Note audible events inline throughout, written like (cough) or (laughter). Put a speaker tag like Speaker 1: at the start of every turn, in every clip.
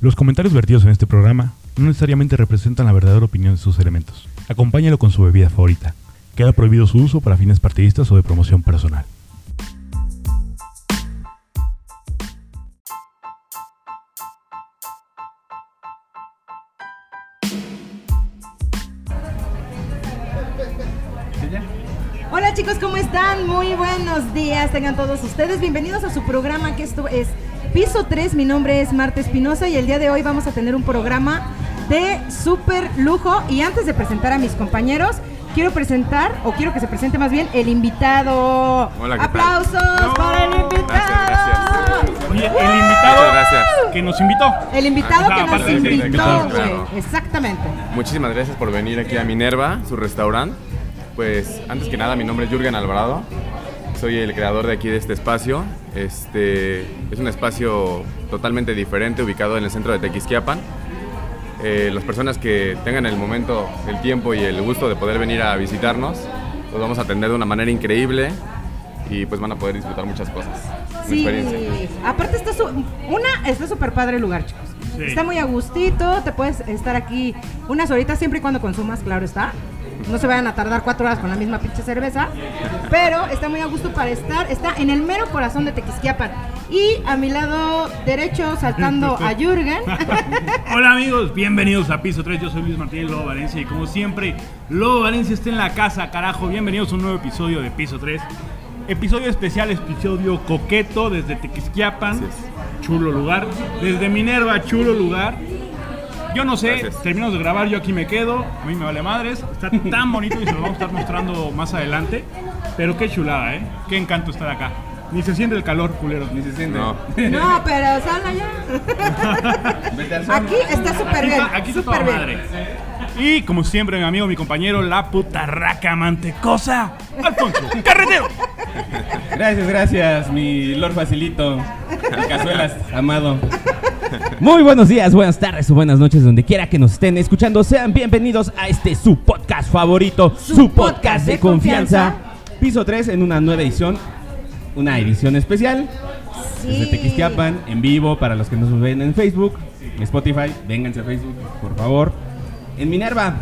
Speaker 1: Los comentarios vertidos en este programa no necesariamente representan la verdadera opinión de sus elementos. Acompáñalo con su bebida favorita. Queda prohibido su uso para fines partidistas o de promoción personal.
Speaker 2: Hola chicos, ¿cómo están? Muy buenos días, tengan todos ustedes. Bienvenidos a su programa que esto es Piso 3. Mi nombre es Marta Espinosa y el día de hoy vamos a tener un programa de súper lujo. Y antes de presentar a mis compañeros, quiero presentar, o quiero que se presente más bien, el invitado.
Speaker 3: Hola, ¿qué tal?
Speaker 2: Aplausos para el invitado.
Speaker 3: gracias.
Speaker 4: Oye, el invitado
Speaker 3: Muchas gracias.
Speaker 4: que nos invitó.
Speaker 2: El invitado
Speaker 4: Ah,
Speaker 2: que nos
Speaker 4: aparte, sí, sí,
Speaker 2: invitó,
Speaker 3: claro,
Speaker 2: güey.
Speaker 3: claro.
Speaker 2: Exactamente.
Speaker 3: Muchísimas gracias por venir aquí a Minerva, su restaurante. Pues antes que nada, mi nombre es Jürgen Alvarado. Soy el creador de aquí de este espacio. Este es un espacio totalmente diferente ubicado en el centro de Tequisquiapan. Eh, las personas que tengan el momento, el tiempo y el gusto de poder venir a visitarnos, los vamos a atender de una manera increíble y pues van a poder disfrutar muchas cosas. Una
Speaker 2: Sí,
Speaker 3: experiencia.
Speaker 2: aparte está su- una está súper padre el lugar, chicos.
Speaker 4: Sí.
Speaker 2: Está muy a gustito, te puedes estar aquí unas horitas siempre y cuando consumas, claro está. No se vayan a tardar cuatro horas con la misma pinche cerveza, pero está muy a gusto para estar. Está en el mero corazón de Tequisquiapan. Y a mi lado derecho, saltando a
Speaker 4: (laughs)
Speaker 2: Jürgen.
Speaker 4: Hola amigos, bienvenidos a Piso 3. Yo soy Luis Martínez Lobo Valencia y como siempre, Lobo Valencia está en la casa, carajo. Bienvenidos a un nuevo episodio de Piso 3. Episodio especial, episodio coqueto desde Tequisquiapan.
Speaker 3: Así es.
Speaker 4: Chulo lugar. Desde Minerva, chulo lugar. Yo no sé,
Speaker 3: Gracias.
Speaker 4: terminamos de grabar, yo aquí me quedo, a mí me vale madres, está tan bonito y se lo vamos a estar mostrando más adelante, pero qué chulada, ¿eh? Qué encanto estar acá. Ni se siente el calor, culeros, ni se siente.
Speaker 3: No.
Speaker 2: No, pero sal allá. Aquí está súper
Speaker 4: Aquí
Speaker 2: bien.
Speaker 4: está, aquí está
Speaker 2: súper
Speaker 4: toda
Speaker 2: bien.
Speaker 4: madre. Y como siempre, mi amigo, mi compañero, la putarraca mantecosa, Alfonso Carretero.
Speaker 5: Gracias, gracias, mi Lord Facilito. Mi Cazuelas, amado. Muy buenos días, buenas tardes o buenas noches, donde quiera que nos estén escuchando. Sean bienvenidos a este su podcast favorito, su, podcast, de confianza. Piso 3 en una nueva edición, una edición especial. Desde
Speaker 2: Sí.
Speaker 5: Tequisquiapan, en vivo, para los que nos ven en Facebook, en Spotify, vénganse a Facebook, por favor. En Minerva,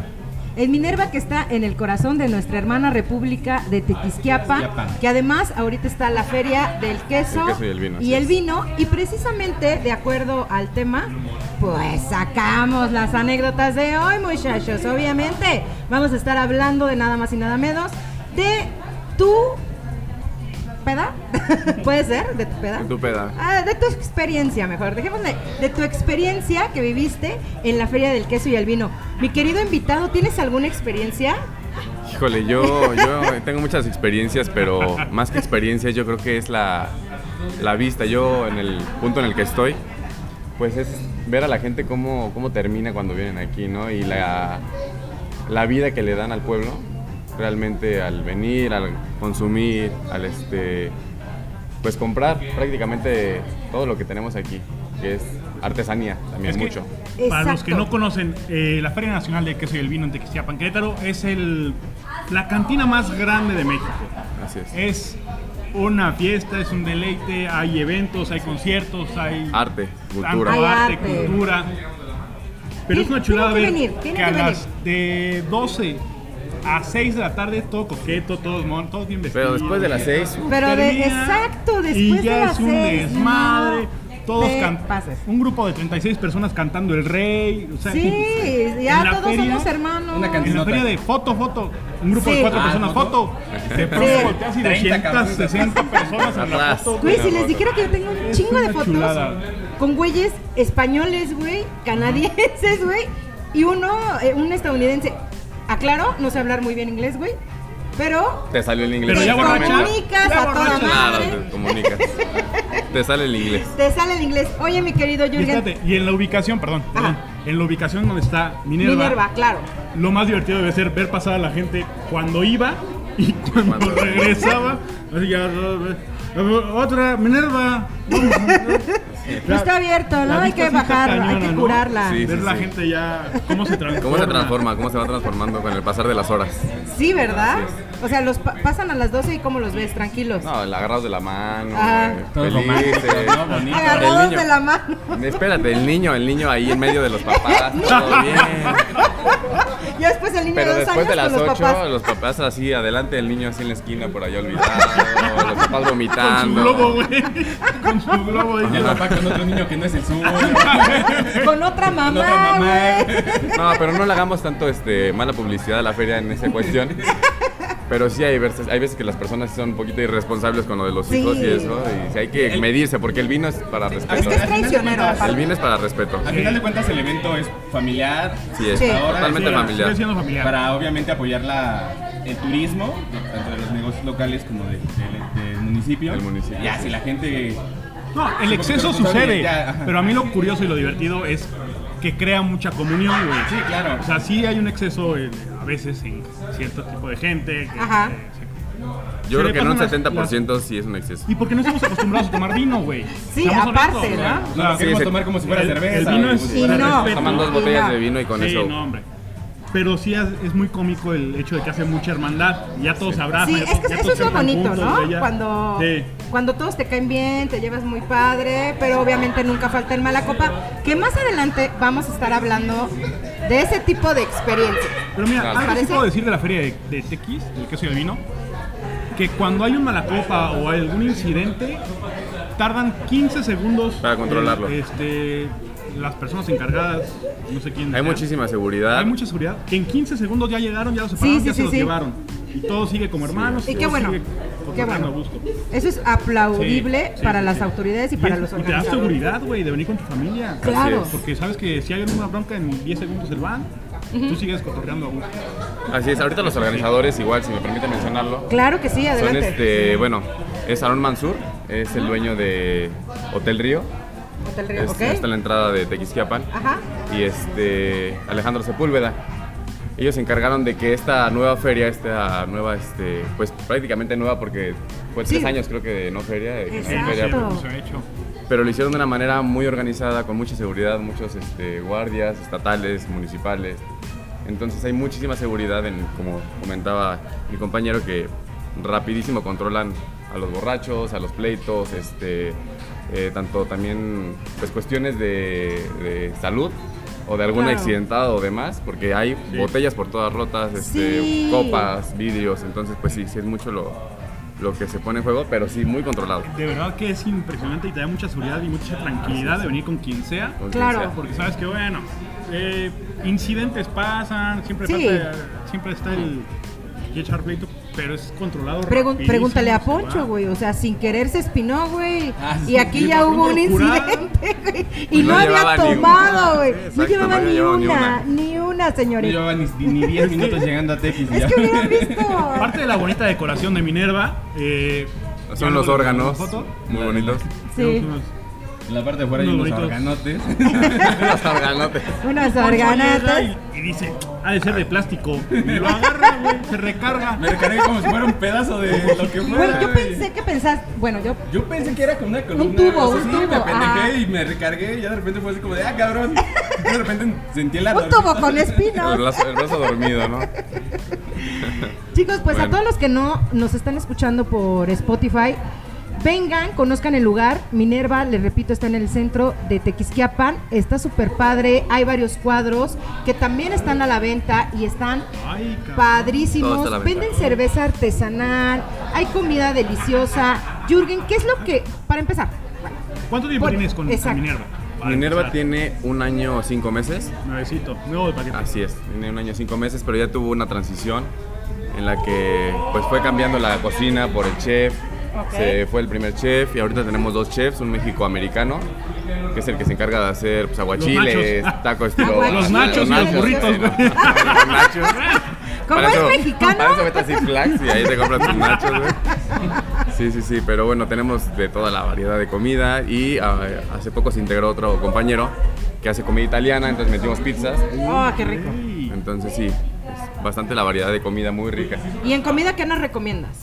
Speaker 2: En Minerva que está en el corazón de nuestra hermana República
Speaker 3: Ah,
Speaker 2: de Tequisquiapa,
Speaker 5: Tequisquiapa.
Speaker 2: que además ahorita está la feria del queso,
Speaker 3: El queso y el vino,
Speaker 2: y
Speaker 3: así
Speaker 2: el
Speaker 3: es.
Speaker 2: vino, y precisamente de acuerdo al tema, pues sacamos las anécdotas de hoy, muchachos. Obviamente vamos a estar hablando de nada más y nada menos de tu peda, (laughs) puede ser, de tu peda.
Speaker 3: En tu peda.
Speaker 2: Ah, de tu experiencia, mejor. Dejémosle de tu experiencia que viviste en la Feria del Queso y el Vino. Mi querido invitado, ¿tienes alguna experiencia?
Speaker 3: Híjole, yo, yo tengo muchas experiencias, pero más que experiencias, yo creo que es la, la vista. Yo, en el punto en el que estoy, pues es ver a la gente cómo, cómo termina cuando vienen aquí, ¿no? Y la, la vida que le dan al pueblo, realmente al venir, al consumir, al este. Pues comprar prácticamente todo lo que tenemos aquí, que es artesanía también,
Speaker 4: Es que-
Speaker 3: mucho.
Speaker 4: Para los
Speaker 2: Exacto.
Speaker 4: que no conocen, eh, la Feria Nacional de Queso y el Vino en Tequisquiapan, Querétaro, es el, la cantina más grande de México.
Speaker 3: Así es.
Speaker 4: Es una fiesta, es un deleite, hay eventos, hay conciertos, hay
Speaker 3: Arte,
Speaker 4: tanto
Speaker 3: cultura.
Speaker 2: Hay
Speaker 4: arte,
Speaker 2: arte.
Speaker 4: cultura. Pero es una
Speaker 2: Tienen
Speaker 4: chulada
Speaker 2: que
Speaker 4: ver
Speaker 2: venir,
Speaker 4: que,
Speaker 2: tienen
Speaker 4: a
Speaker 2: que venir.
Speaker 4: las de 12 a 6 de la tarde, todo coqueto, todos, mon- todos bien vestidos.
Speaker 3: Pero después de las seis,
Speaker 2: Pero de-
Speaker 4: Termina
Speaker 2: exacto, después
Speaker 4: y
Speaker 2: de
Speaker 4: ya
Speaker 2: las
Speaker 4: es un
Speaker 2: seis,
Speaker 4: desmadre.
Speaker 2: no
Speaker 4: Todos
Speaker 2: te
Speaker 4: can-
Speaker 2: pases.
Speaker 4: Un grupo de 36 personas cantando El Rey. O sea,
Speaker 2: Sí,
Speaker 4: en
Speaker 2: ya
Speaker 4: la
Speaker 2: todos
Speaker 4: feria-
Speaker 2: somos hermanos.
Speaker 5: Una
Speaker 4: En la
Speaker 5: cantinota.
Speaker 4: feria de foto, foto. Un grupo
Speaker 2: Sí.
Speaker 4: de cuatro
Speaker 2: Ah,
Speaker 4: personas, foto. De pronto
Speaker 2: Sí.
Speaker 4: volteas y
Speaker 5: 30 cabrones.
Speaker 4: 260 personas en la
Speaker 3: Atrás.
Speaker 4: foto.
Speaker 2: Güey, si
Speaker 3: Una
Speaker 2: les
Speaker 3: foto.
Speaker 2: dijera que yo tengo un
Speaker 4: Es
Speaker 2: chingo de
Speaker 4: una
Speaker 2: fotos
Speaker 4: chulada.
Speaker 2: con güeyes españoles, güey, canadienses, güey, y uno, eh, un estadounidense. Aclaro, no sé hablar muy bien inglés, güey, pero
Speaker 3: te salió el inglés.
Speaker 4: Pero
Speaker 2: te
Speaker 4: ya borracha.
Speaker 2: comunicas
Speaker 4: Ya
Speaker 2: a toda
Speaker 4: borracha.
Speaker 3: Claro,
Speaker 2: madre.
Speaker 3: te comunicas. te sale el inglés.
Speaker 2: Te sale el inglés. Oye, mi querido
Speaker 4: Y, espérate,
Speaker 2: Jürgen.
Speaker 4: y en la ubicación, perdón, perdón, en la ubicación donde está Minerva,
Speaker 2: Minerva, claro.
Speaker 4: lo más divertido debe ser ver pasar a la gente cuando iba
Speaker 2: (laughs)
Speaker 4: y cuando,
Speaker 3: Cuando-
Speaker 4: regresaba. Así ya, otra, Minerva. vamos,
Speaker 2: No está abierto, ¿no?
Speaker 4: La
Speaker 2: Hay
Speaker 4: vista
Speaker 2: que
Speaker 4: sí está
Speaker 2: bajarla, hay
Speaker 4: cañona,
Speaker 2: que
Speaker 4: ¿no?
Speaker 2: curarla.
Speaker 3: Sí.
Speaker 4: Ver la
Speaker 2: (laughs)
Speaker 4: gente ya, cómo se transforma.
Speaker 3: ¿Cómo se transforma? ¿Cómo se va transformando con el pasar de las horas?
Speaker 2: Sí, ¿verdad? O sea, los pa- pasan a las 12 y ¿cómo los ves? Tranquilos.
Speaker 3: No, el agarrados de la mano,
Speaker 2: Ajá.
Speaker 3: eh,
Speaker 5: Todo
Speaker 3: felices.
Speaker 5: romántico, ¿no? Bonito.
Speaker 3: El
Speaker 2: Agarrados
Speaker 3: niño.
Speaker 2: Ah. de la mano. (laughs)
Speaker 3: Espérate, el niño, el niño ahí en medio de los papás, todo bien.
Speaker 2: Ya después el niño
Speaker 3: Pero
Speaker 2: de dos
Speaker 3: después
Speaker 2: años
Speaker 3: de las
Speaker 2: con los
Speaker 3: 8,
Speaker 2: papás.
Speaker 3: los papás así, adelante el niño así en la esquina por allá olvidado, los papás
Speaker 4: Con su globo,
Speaker 3: vomitando.
Speaker 4: güey. Con su globo.
Speaker 5: Y el
Speaker 4: dice,
Speaker 5: papá con otro niño que no es el (laughs) suyo.
Speaker 2: (laughs) Con otra
Speaker 5: Con otra mamá.
Speaker 2: mamá, güey.
Speaker 3: No, pero no le hagamos tanto este, mala publicidad a la feria en esa cuestión. Pero sí hay veces, hay veces que las personas sí son un poquito irresponsables con lo de los
Speaker 2: Sí.
Speaker 3: hijos y eso, y sí hay que medirse porque el vino es para
Speaker 2: Es
Speaker 3: respeto.
Speaker 2: que es traicionero,
Speaker 3: El
Speaker 2: aparte.
Speaker 3: vino es para respeto.
Speaker 5: Al final de cuentas el evento es familiar.
Speaker 3: Sí, es
Speaker 2: Sí.
Speaker 3: totalmente
Speaker 4: "Mira,
Speaker 3: familiar.
Speaker 4: Sigue siendo familiar.
Speaker 5: Para obviamente apoyar la, el turismo, tanto de los negocios locales como de- de- del municipio.
Speaker 3: El municipio,
Speaker 5: Ya,
Speaker 3: sí.
Speaker 5: si la gente...
Speaker 4: No, el exceso
Speaker 5: Porque
Speaker 4: sucede.
Speaker 5: ya, ajá.
Speaker 4: Pero a mí lo curioso y lo divertido es que crea mucha comunión, güey.
Speaker 5: Sí, claro.
Speaker 4: O sea, sí hay un exceso en- a veces en cierto tipo de gente. que-
Speaker 2: Ajá.
Speaker 4: que-
Speaker 3: Yo
Speaker 4: se le
Speaker 3: creo que en un
Speaker 4: pasan las-
Speaker 3: 70% sí es un exceso.
Speaker 4: ¿Y por qué no estamos acostumbrados a tomar vino, güey?
Speaker 2: Sí,
Speaker 4: Estamos
Speaker 2: aparte,
Speaker 4: honestos,
Speaker 2: ¿no?
Speaker 4: ¿verdad?
Speaker 5: No
Speaker 4: O
Speaker 5: lo
Speaker 4: sea,
Speaker 5: queremos
Speaker 3: sí,
Speaker 5: tomar como si fuera
Speaker 4: el-
Speaker 5: cerveza. pues,
Speaker 4: el vino es-
Speaker 5: como
Speaker 2: Sí,
Speaker 5: si fuera
Speaker 2: no.
Speaker 5: respeto.
Speaker 3: Toman dos
Speaker 2: Sí,
Speaker 3: botellas
Speaker 2: no.
Speaker 3: de vino y con
Speaker 4: sí,
Speaker 3: eso.
Speaker 4: no, hombre. Pero sí es, es muy cómico el hecho de que hace mucha hermandad. y Ya todos se
Speaker 2: Sí,
Speaker 4: abrazan. ya
Speaker 2: es
Speaker 4: todos-
Speaker 2: que
Speaker 4: ya
Speaker 2: eso
Speaker 4: todos
Speaker 2: es lo
Speaker 4: cantan
Speaker 2: bonito,
Speaker 4: juntos, güey,
Speaker 2: ¿no?
Speaker 4: ya.
Speaker 2: Cuando,
Speaker 4: Sí.
Speaker 2: cuando todos te caen bien, te llevas muy padre, pero obviamente nunca falta el mala copa, que más adelante vamos a estar hablando de ese tipo de experiencias.
Speaker 4: Pero mira,
Speaker 3: Claro.
Speaker 4: algo sí
Speaker 2: Parece-
Speaker 4: puedo decir de la feria de, de Tequis, del queso y el vino, que cuando hay un malacopa o algún incidente, tardan 15 segundos
Speaker 3: Para controlarlo.
Speaker 4: eh, este, las personas encargadas, no sé quién.
Speaker 3: Hay
Speaker 4: sean.
Speaker 3: muchísima seguridad.
Speaker 4: Hay mucha seguridad. Que en 15 segundos ya llegaron, ya los separaron,
Speaker 2: sí,
Speaker 4: ya
Speaker 2: sí,
Speaker 4: se los
Speaker 2: sí.
Speaker 4: llevaron. Y todo sigue como hermanos.
Speaker 2: Y qué
Speaker 4: todo
Speaker 2: bueno,
Speaker 4: sigue
Speaker 2: qué
Speaker 4: cotorreando
Speaker 2: bueno.
Speaker 4: a gusto.
Speaker 2: Eso es aplaudible
Speaker 4: Sí, sí,
Speaker 2: para
Speaker 4: sí,
Speaker 2: las
Speaker 4: sí.
Speaker 2: autoridades y para
Speaker 4: es-
Speaker 2: los
Speaker 4: Te da
Speaker 2: organizadores.
Speaker 4: seguridad, güey, de venir con tu familia.
Speaker 2: Claro.
Speaker 3: Así es.
Speaker 4: Porque sabes que si hay alguna bronca en 10 segundos el van, tú sigues cotorreando a gusto.
Speaker 3: Así es, ahorita los organizadores, igual, si me permite mencionarlo,
Speaker 2: Claro que sí,
Speaker 3: son
Speaker 2: adelante.
Speaker 3: este, bueno, es Aaron Mansur, es el dueño de Hotel Río,
Speaker 2: Hotel Río,
Speaker 3: es-
Speaker 2: ¿ok?
Speaker 3: está en la entrada de Tequisquiapan,
Speaker 2: Ajá.
Speaker 3: y este, Alejandro Sepúlveda. Ellos se encargaron de que esta nueva feria, esta nueva, este, pues prácticamente nueva porque fue
Speaker 2: Sí.
Speaker 3: tres años creo que de no feria, de que no hay
Speaker 2: Exacto.
Speaker 3: feria,
Speaker 4: Como se ha hecho.
Speaker 3: pero lo hicieron de una manera muy organizada, con mucha seguridad, muchos este, guardias estatales, municipales. Entonces hay muchísima seguridad en, como comentaba mi compañero, que rapidísimo controlan a los borrachos, a los pleitos, este, eh, tanto también pues, cuestiones de, de salud o de algún
Speaker 2: Claro.
Speaker 3: accidentado o demás, porque hay botellas por todas rotas, este,
Speaker 2: Sí.
Speaker 3: copas, vidrios, entonces pues sí, sí es mucho lo, lo que se pone en juego, pero sí muy controlado.
Speaker 4: De verdad que es impresionante y te da mucha seguridad y mucha tranquilidad de venir con quien sea.
Speaker 3: Con quien
Speaker 2: Claro.
Speaker 3: sea.
Speaker 4: Porque sabes que, bueno, eh, incidentes pasan, siempre,
Speaker 2: Sí.
Speaker 4: falta- siempre está el que echar pleito, pero es controlado.
Speaker 2: Pregun-
Speaker 4: rapidísimo,
Speaker 2: pregúntale a
Speaker 4: se va.
Speaker 2: Poncho, güey. O sea, sin querer se espinó, güey.
Speaker 5: Ah, sí.
Speaker 2: y aquí
Speaker 4: Y
Speaker 2: ya
Speaker 4: por
Speaker 2: hubo un
Speaker 4: ejemplo, jurado.
Speaker 2: incidente, (laughs) güey. Y
Speaker 3: Pues No
Speaker 2: no, había
Speaker 3: llevaba ni
Speaker 2: tomado,
Speaker 3: una.
Speaker 2: güey. No
Speaker 3: Exacto,
Speaker 2: llevaba
Speaker 3: no
Speaker 2: ni
Speaker 3: llevaba ni
Speaker 2: una,
Speaker 3: una.
Speaker 2: ni una,
Speaker 5: No
Speaker 2: señorita.
Speaker 5: llevaba ni ni 10 minutos llegando a Tequis. y ya.
Speaker 2: Es que hubieran visto.
Speaker 4: Parte de la bonita decoración de Minerva. eh, ya
Speaker 3: Son los
Speaker 4: lo-
Speaker 3: órganos
Speaker 4: la foto.
Speaker 3: muy bonitos.
Speaker 4: (laughs)
Speaker 2: Sí.
Speaker 4: Unos-
Speaker 5: En la parte de afuera hay
Speaker 4: Unos
Speaker 5: unos
Speaker 4: bonitos.
Speaker 5: organotes. (laughs)
Speaker 3: los organotes.
Speaker 2: Unas
Speaker 4: Poncho
Speaker 2: organatas.
Speaker 4: llega Y y dice, ha de ser de plástico. Y lo agarra, güey, se recarga.
Speaker 5: Me recargué como si fuera un pedazo de lo que fuera.
Speaker 2: Güey, yo
Speaker 5: güey.
Speaker 2: pensé que pensaste. Bueno, yo.
Speaker 5: Yo pensé que era con una columna.
Speaker 2: tubo,
Speaker 5: o sea,
Speaker 2: un
Speaker 5: sí, Me
Speaker 2: tubo, ajá.
Speaker 5: pendejé y me recargué y ya de repente fue así como de, ah, cabrón. Y de repente sentí el
Speaker 2: Un tubo con espinos.
Speaker 3: El brazo, el brazo dormido, ¿no?
Speaker 2: Chicos, pues a
Speaker 3: Bueno.
Speaker 2: todos los que no nos están escuchando por Spotify, vengan, conozcan el lugar. Minerva, les repito, está en el centro de Tequisquiapan. Está súper padre. Hay varios cuadros que también están a la venta y están
Speaker 4: Ay, cabrón.
Speaker 3: Todo
Speaker 2: padrísimos.
Speaker 3: está a la venta.
Speaker 2: Venden cerveza artesanal, hay comida deliciosa. Jürgen, ¿qué es lo que. Para empezar,
Speaker 4: ¿Cuánto tiempo
Speaker 2: Bueno,
Speaker 4: tienes con, con
Speaker 2: exacto.
Speaker 4: Minerva? Para
Speaker 3: Minerva
Speaker 4: empezar.
Speaker 3: tiene un año cinco meses.
Speaker 4: Nuevecito, nuevo de paquete.
Speaker 3: Así es, tiene un año cinco meses, pero ya tuvo una transición en la que pues fue cambiando la cocina por el chef. Se fue el primer chef y ahorita tenemos dos chefs, un mexicoamericano, que es el que se encarga de hacer pues, aguachiles,
Speaker 4: nachos.
Speaker 3: tacos estilo
Speaker 2: Aguachiles. Los
Speaker 4: nachos y los burritos, güey.
Speaker 3: sí, no, los Ah, nachos.
Speaker 4: (laughs)
Speaker 2: como
Speaker 3: Para
Speaker 2: es
Speaker 3: eso-
Speaker 2: mexicano.
Speaker 3: Para eso
Speaker 2: (laughs)
Speaker 3: vete a Six Flags y ahí te compras tus nachos, güey. Sí, sí, sí, pero bueno, tenemos de toda la variedad de comida y ah, hace poco se integró otro compañero que hace comida italiana, entonces metimos pizzas.
Speaker 2: ¡Oh, qué rico!
Speaker 3: Entonces sí, es bastante la variedad de comida muy rica.
Speaker 2: ¿Y en comida qué nos recomiendas?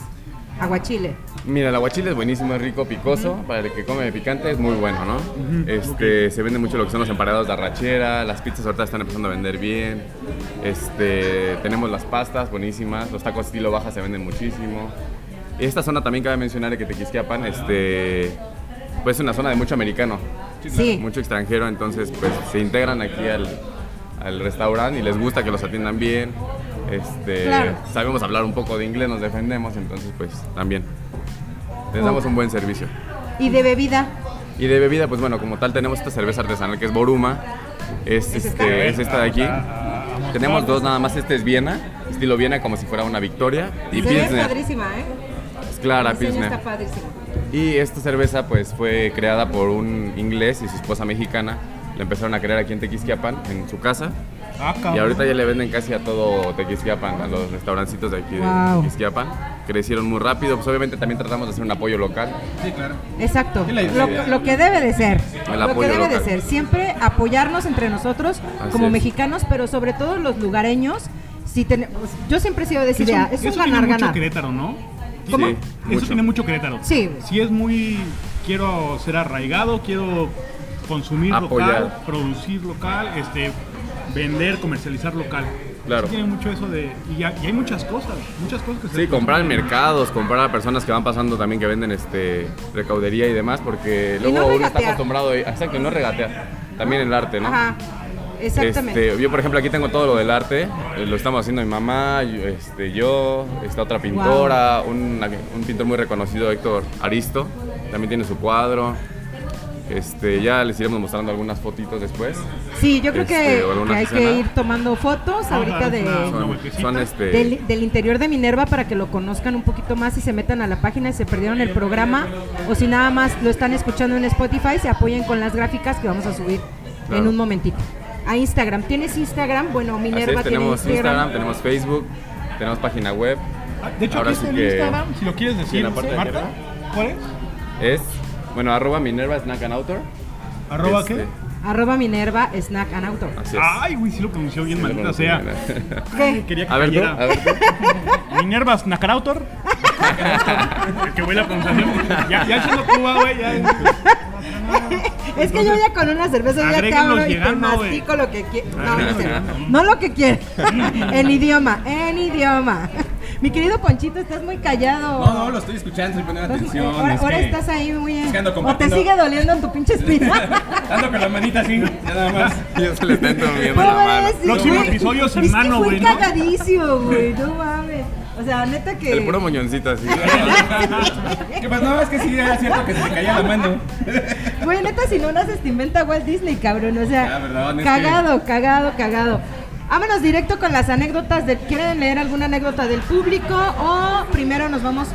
Speaker 2: Aguachile.
Speaker 3: Mira, el aguachile es buenísimo, es rico, picoso. Para el que come picante es muy bueno, ¿no? este, Se vende mucho lo que son los emparedados de arrachera. Las pizzas ahorita están empezando a vender bien. Este, tenemos las pastas buenísimas. Los tacos estilo baja se venden muchísimo. Esta zona también cabe mencionar que Tequisquiapan, este, pues es una zona de mucho americano,
Speaker 2: Sí.
Speaker 3: mucho extranjero. Entonces, pues se integran aquí al, al restaurante y les gusta que los atiendan bien. Este,
Speaker 2: Claro.
Speaker 3: Sabemos hablar un poco de inglés, nos defendemos. Entonces, pues también les damos un buen servicio.
Speaker 2: Y de bebida.
Speaker 3: Y de bebida, pues bueno, como tal tenemos esta cerveza artesanal que es Boruma. Es, este, es esta de aquí. Tenemos dos nada más, este es Viena, estilo Viena como si fuera una Victoria.
Speaker 2: Se
Speaker 3: Y
Speaker 2: ve
Speaker 3: Pilsner,
Speaker 2: padrísima, ¿eh?
Speaker 3: es clara
Speaker 2: El diseño
Speaker 3: Pilsner.
Speaker 2: está padrísimo.
Speaker 3: Y esta cerveza pues fue creada por un inglés y su esposa mexicana. La empezaron a crear aquí en Tequisquiapan, en su casa.
Speaker 4: Ah,
Speaker 3: Y ahorita ya le venden casi a todo Tequisquiapan, a los restaurancitos de aquí de
Speaker 2: Wow.
Speaker 3: Tequisquiapan. Crecieron muy rápido, pues obviamente también tratamos de hacer un apoyo local.
Speaker 2: Exacto.
Speaker 5: la idea.
Speaker 2: Lo, lo que debe de ser.
Speaker 3: El
Speaker 2: Lo que
Speaker 3: apoyo
Speaker 2: debe de
Speaker 3: local.
Speaker 2: ser. Siempre apoyarnos entre nosotros
Speaker 3: Así
Speaker 2: como
Speaker 3: es.
Speaker 2: mexicanos, pero sobre todo los lugareños. Si ten- pues, yo siempre he sido de esa idea. Es un
Speaker 4: eso tiene mucho
Speaker 2: ganar-ganar.
Speaker 4: Querétaro, ¿no?
Speaker 3: ¿Cómo? Sí,
Speaker 4: eso
Speaker 3: mucho.
Speaker 4: tiene mucho Querétaro.
Speaker 2: Sí.
Speaker 4: Si es muy. Quiero ser arraigado, quiero consumir local,
Speaker 3: Apoyar.
Speaker 4: producir local, este, vender, comercializar local.
Speaker 3: Claro.
Speaker 4: Sí tiene mucho eso de. Y, ha- y hay muchas cosas, muchas cosas que se
Speaker 3: Sí, comprar en
Speaker 4: consumen.
Speaker 3: mercados, comprar a personas que van pasando también que venden este recaudería y demás, porque
Speaker 2: Y
Speaker 3: luego
Speaker 2: no
Speaker 3: uno está
Speaker 2: regatear.
Speaker 3: acostumbrado a, exacto, y no regatear. También el arte, ¿no?
Speaker 2: Ajá. Exactamente.
Speaker 3: Este, yo, por ejemplo, aquí tengo todo lo del arte. eh, Lo estamos haciendo mi mamá, yo, este, yo esta otra pintora, un, un pintor muy reconocido, Héctor Aristo. También tiene su cuadro. Este, ya les iremos mostrando algunas fotitos después.
Speaker 2: sí, yo creo que,
Speaker 3: este, o alguna
Speaker 2: que hay
Speaker 3: escena.
Speaker 2: que ir tomando fotos
Speaker 4: Vamos a
Speaker 2: ahorita
Speaker 4: darles una-
Speaker 2: de,
Speaker 4: una
Speaker 3: Son,
Speaker 4: vueltecita.
Speaker 3: son, este,
Speaker 2: del, del interior de Minerva para que lo conozcan un poquito más y se metan a la página y se perdieron el programa o si nada más lo están escuchando en Spotify se apoyen con las gráficas que vamos a subir en
Speaker 3: Claro.
Speaker 2: un momentito. A Instagram, ¿tienes Instagram? Bueno,
Speaker 3: así es,
Speaker 2: Minerva tiene
Speaker 3: tenemos
Speaker 2: Instagram.
Speaker 3: Instagram, tenemos Facebook, tenemos página web.
Speaker 4: Ah, De hecho,
Speaker 3: Ahora
Speaker 4: aquí está
Speaker 3: sí
Speaker 4: el
Speaker 3: que-
Speaker 4: Instagram, si lo quieres decir,
Speaker 3: Sí, en la parte de
Speaker 4: Marta,
Speaker 3: arriba.
Speaker 4: ¿cuál es?
Speaker 3: Es, bueno, arroba Minerva Snack and Outdoor.
Speaker 4: ¿Arroba
Speaker 3: Este,
Speaker 4: qué?
Speaker 2: Arroba Minerva Snack and Outdoor.
Speaker 3: Así es.
Speaker 4: Ay, güey, sí lo pronunció bien,
Speaker 3: Sí, lo
Speaker 4: maldita
Speaker 3: conocí,
Speaker 4: sea.
Speaker 3: mira.
Speaker 4: Ay, Quería que
Speaker 3: A ver tú,
Speaker 4: cayera.
Speaker 3: a ver tú.
Speaker 4: Minerva Snacarautor. El (laughs) que huele a pronunciación. Ya, ya siendo Cuba, güey. Ya.
Speaker 2: es que yo ya con una cerveza ya te
Speaker 4: agréguenos
Speaker 2: abro y te
Speaker 4: llegando, güey.
Speaker 2: mastico lo que quiero.
Speaker 3: Ah,
Speaker 2: No,
Speaker 3: (laughs)
Speaker 4: Agréguenos
Speaker 2: no, sé.
Speaker 4: llegando.
Speaker 2: No lo que quiero. (laughs) en idioma, en idioma. (laughs) Mi querido Ponchito, estás muy callado.
Speaker 5: No, no, lo estoy escuchando, estoy poniendo
Speaker 2: Entonces,
Speaker 5: atención.
Speaker 2: ahora,
Speaker 5: este, es
Speaker 2: ahora
Speaker 5: que-
Speaker 2: estás ahí muy
Speaker 5: es que ando
Speaker 2: O te
Speaker 5: combatiendo.
Speaker 2: sigue doliendo en tu pinche
Speaker 5: (laughs)
Speaker 2: espina.
Speaker 5: Ando con la manita así, ya nada más.
Speaker 3: Yo se le está entumiendo la mano.
Speaker 2: Pobrecito, güey.
Speaker 4: Próximo episodio sin
Speaker 2: es
Speaker 4: mano,
Speaker 2: que fue
Speaker 4: güey, ¿no?
Speaker 2: cagadísimo, güey. No mames. O sea, neta que.
Speaker 3: El puro moñoncito así.
Speaker 5: Que pues no, es que sí era cierto que se te caía la mano.
Speaker 2: Güey, neta, si no naces, te inventa Walt Disney, cabrón. O sea,
Speaker 5: Ah, ¿verdad? Es que-
Speaker 2: cagado, cagado, cagado. Vámonos directo con las anécdotas. Del... ¿Quieren leer alguna anécdota del público o primero nos vamos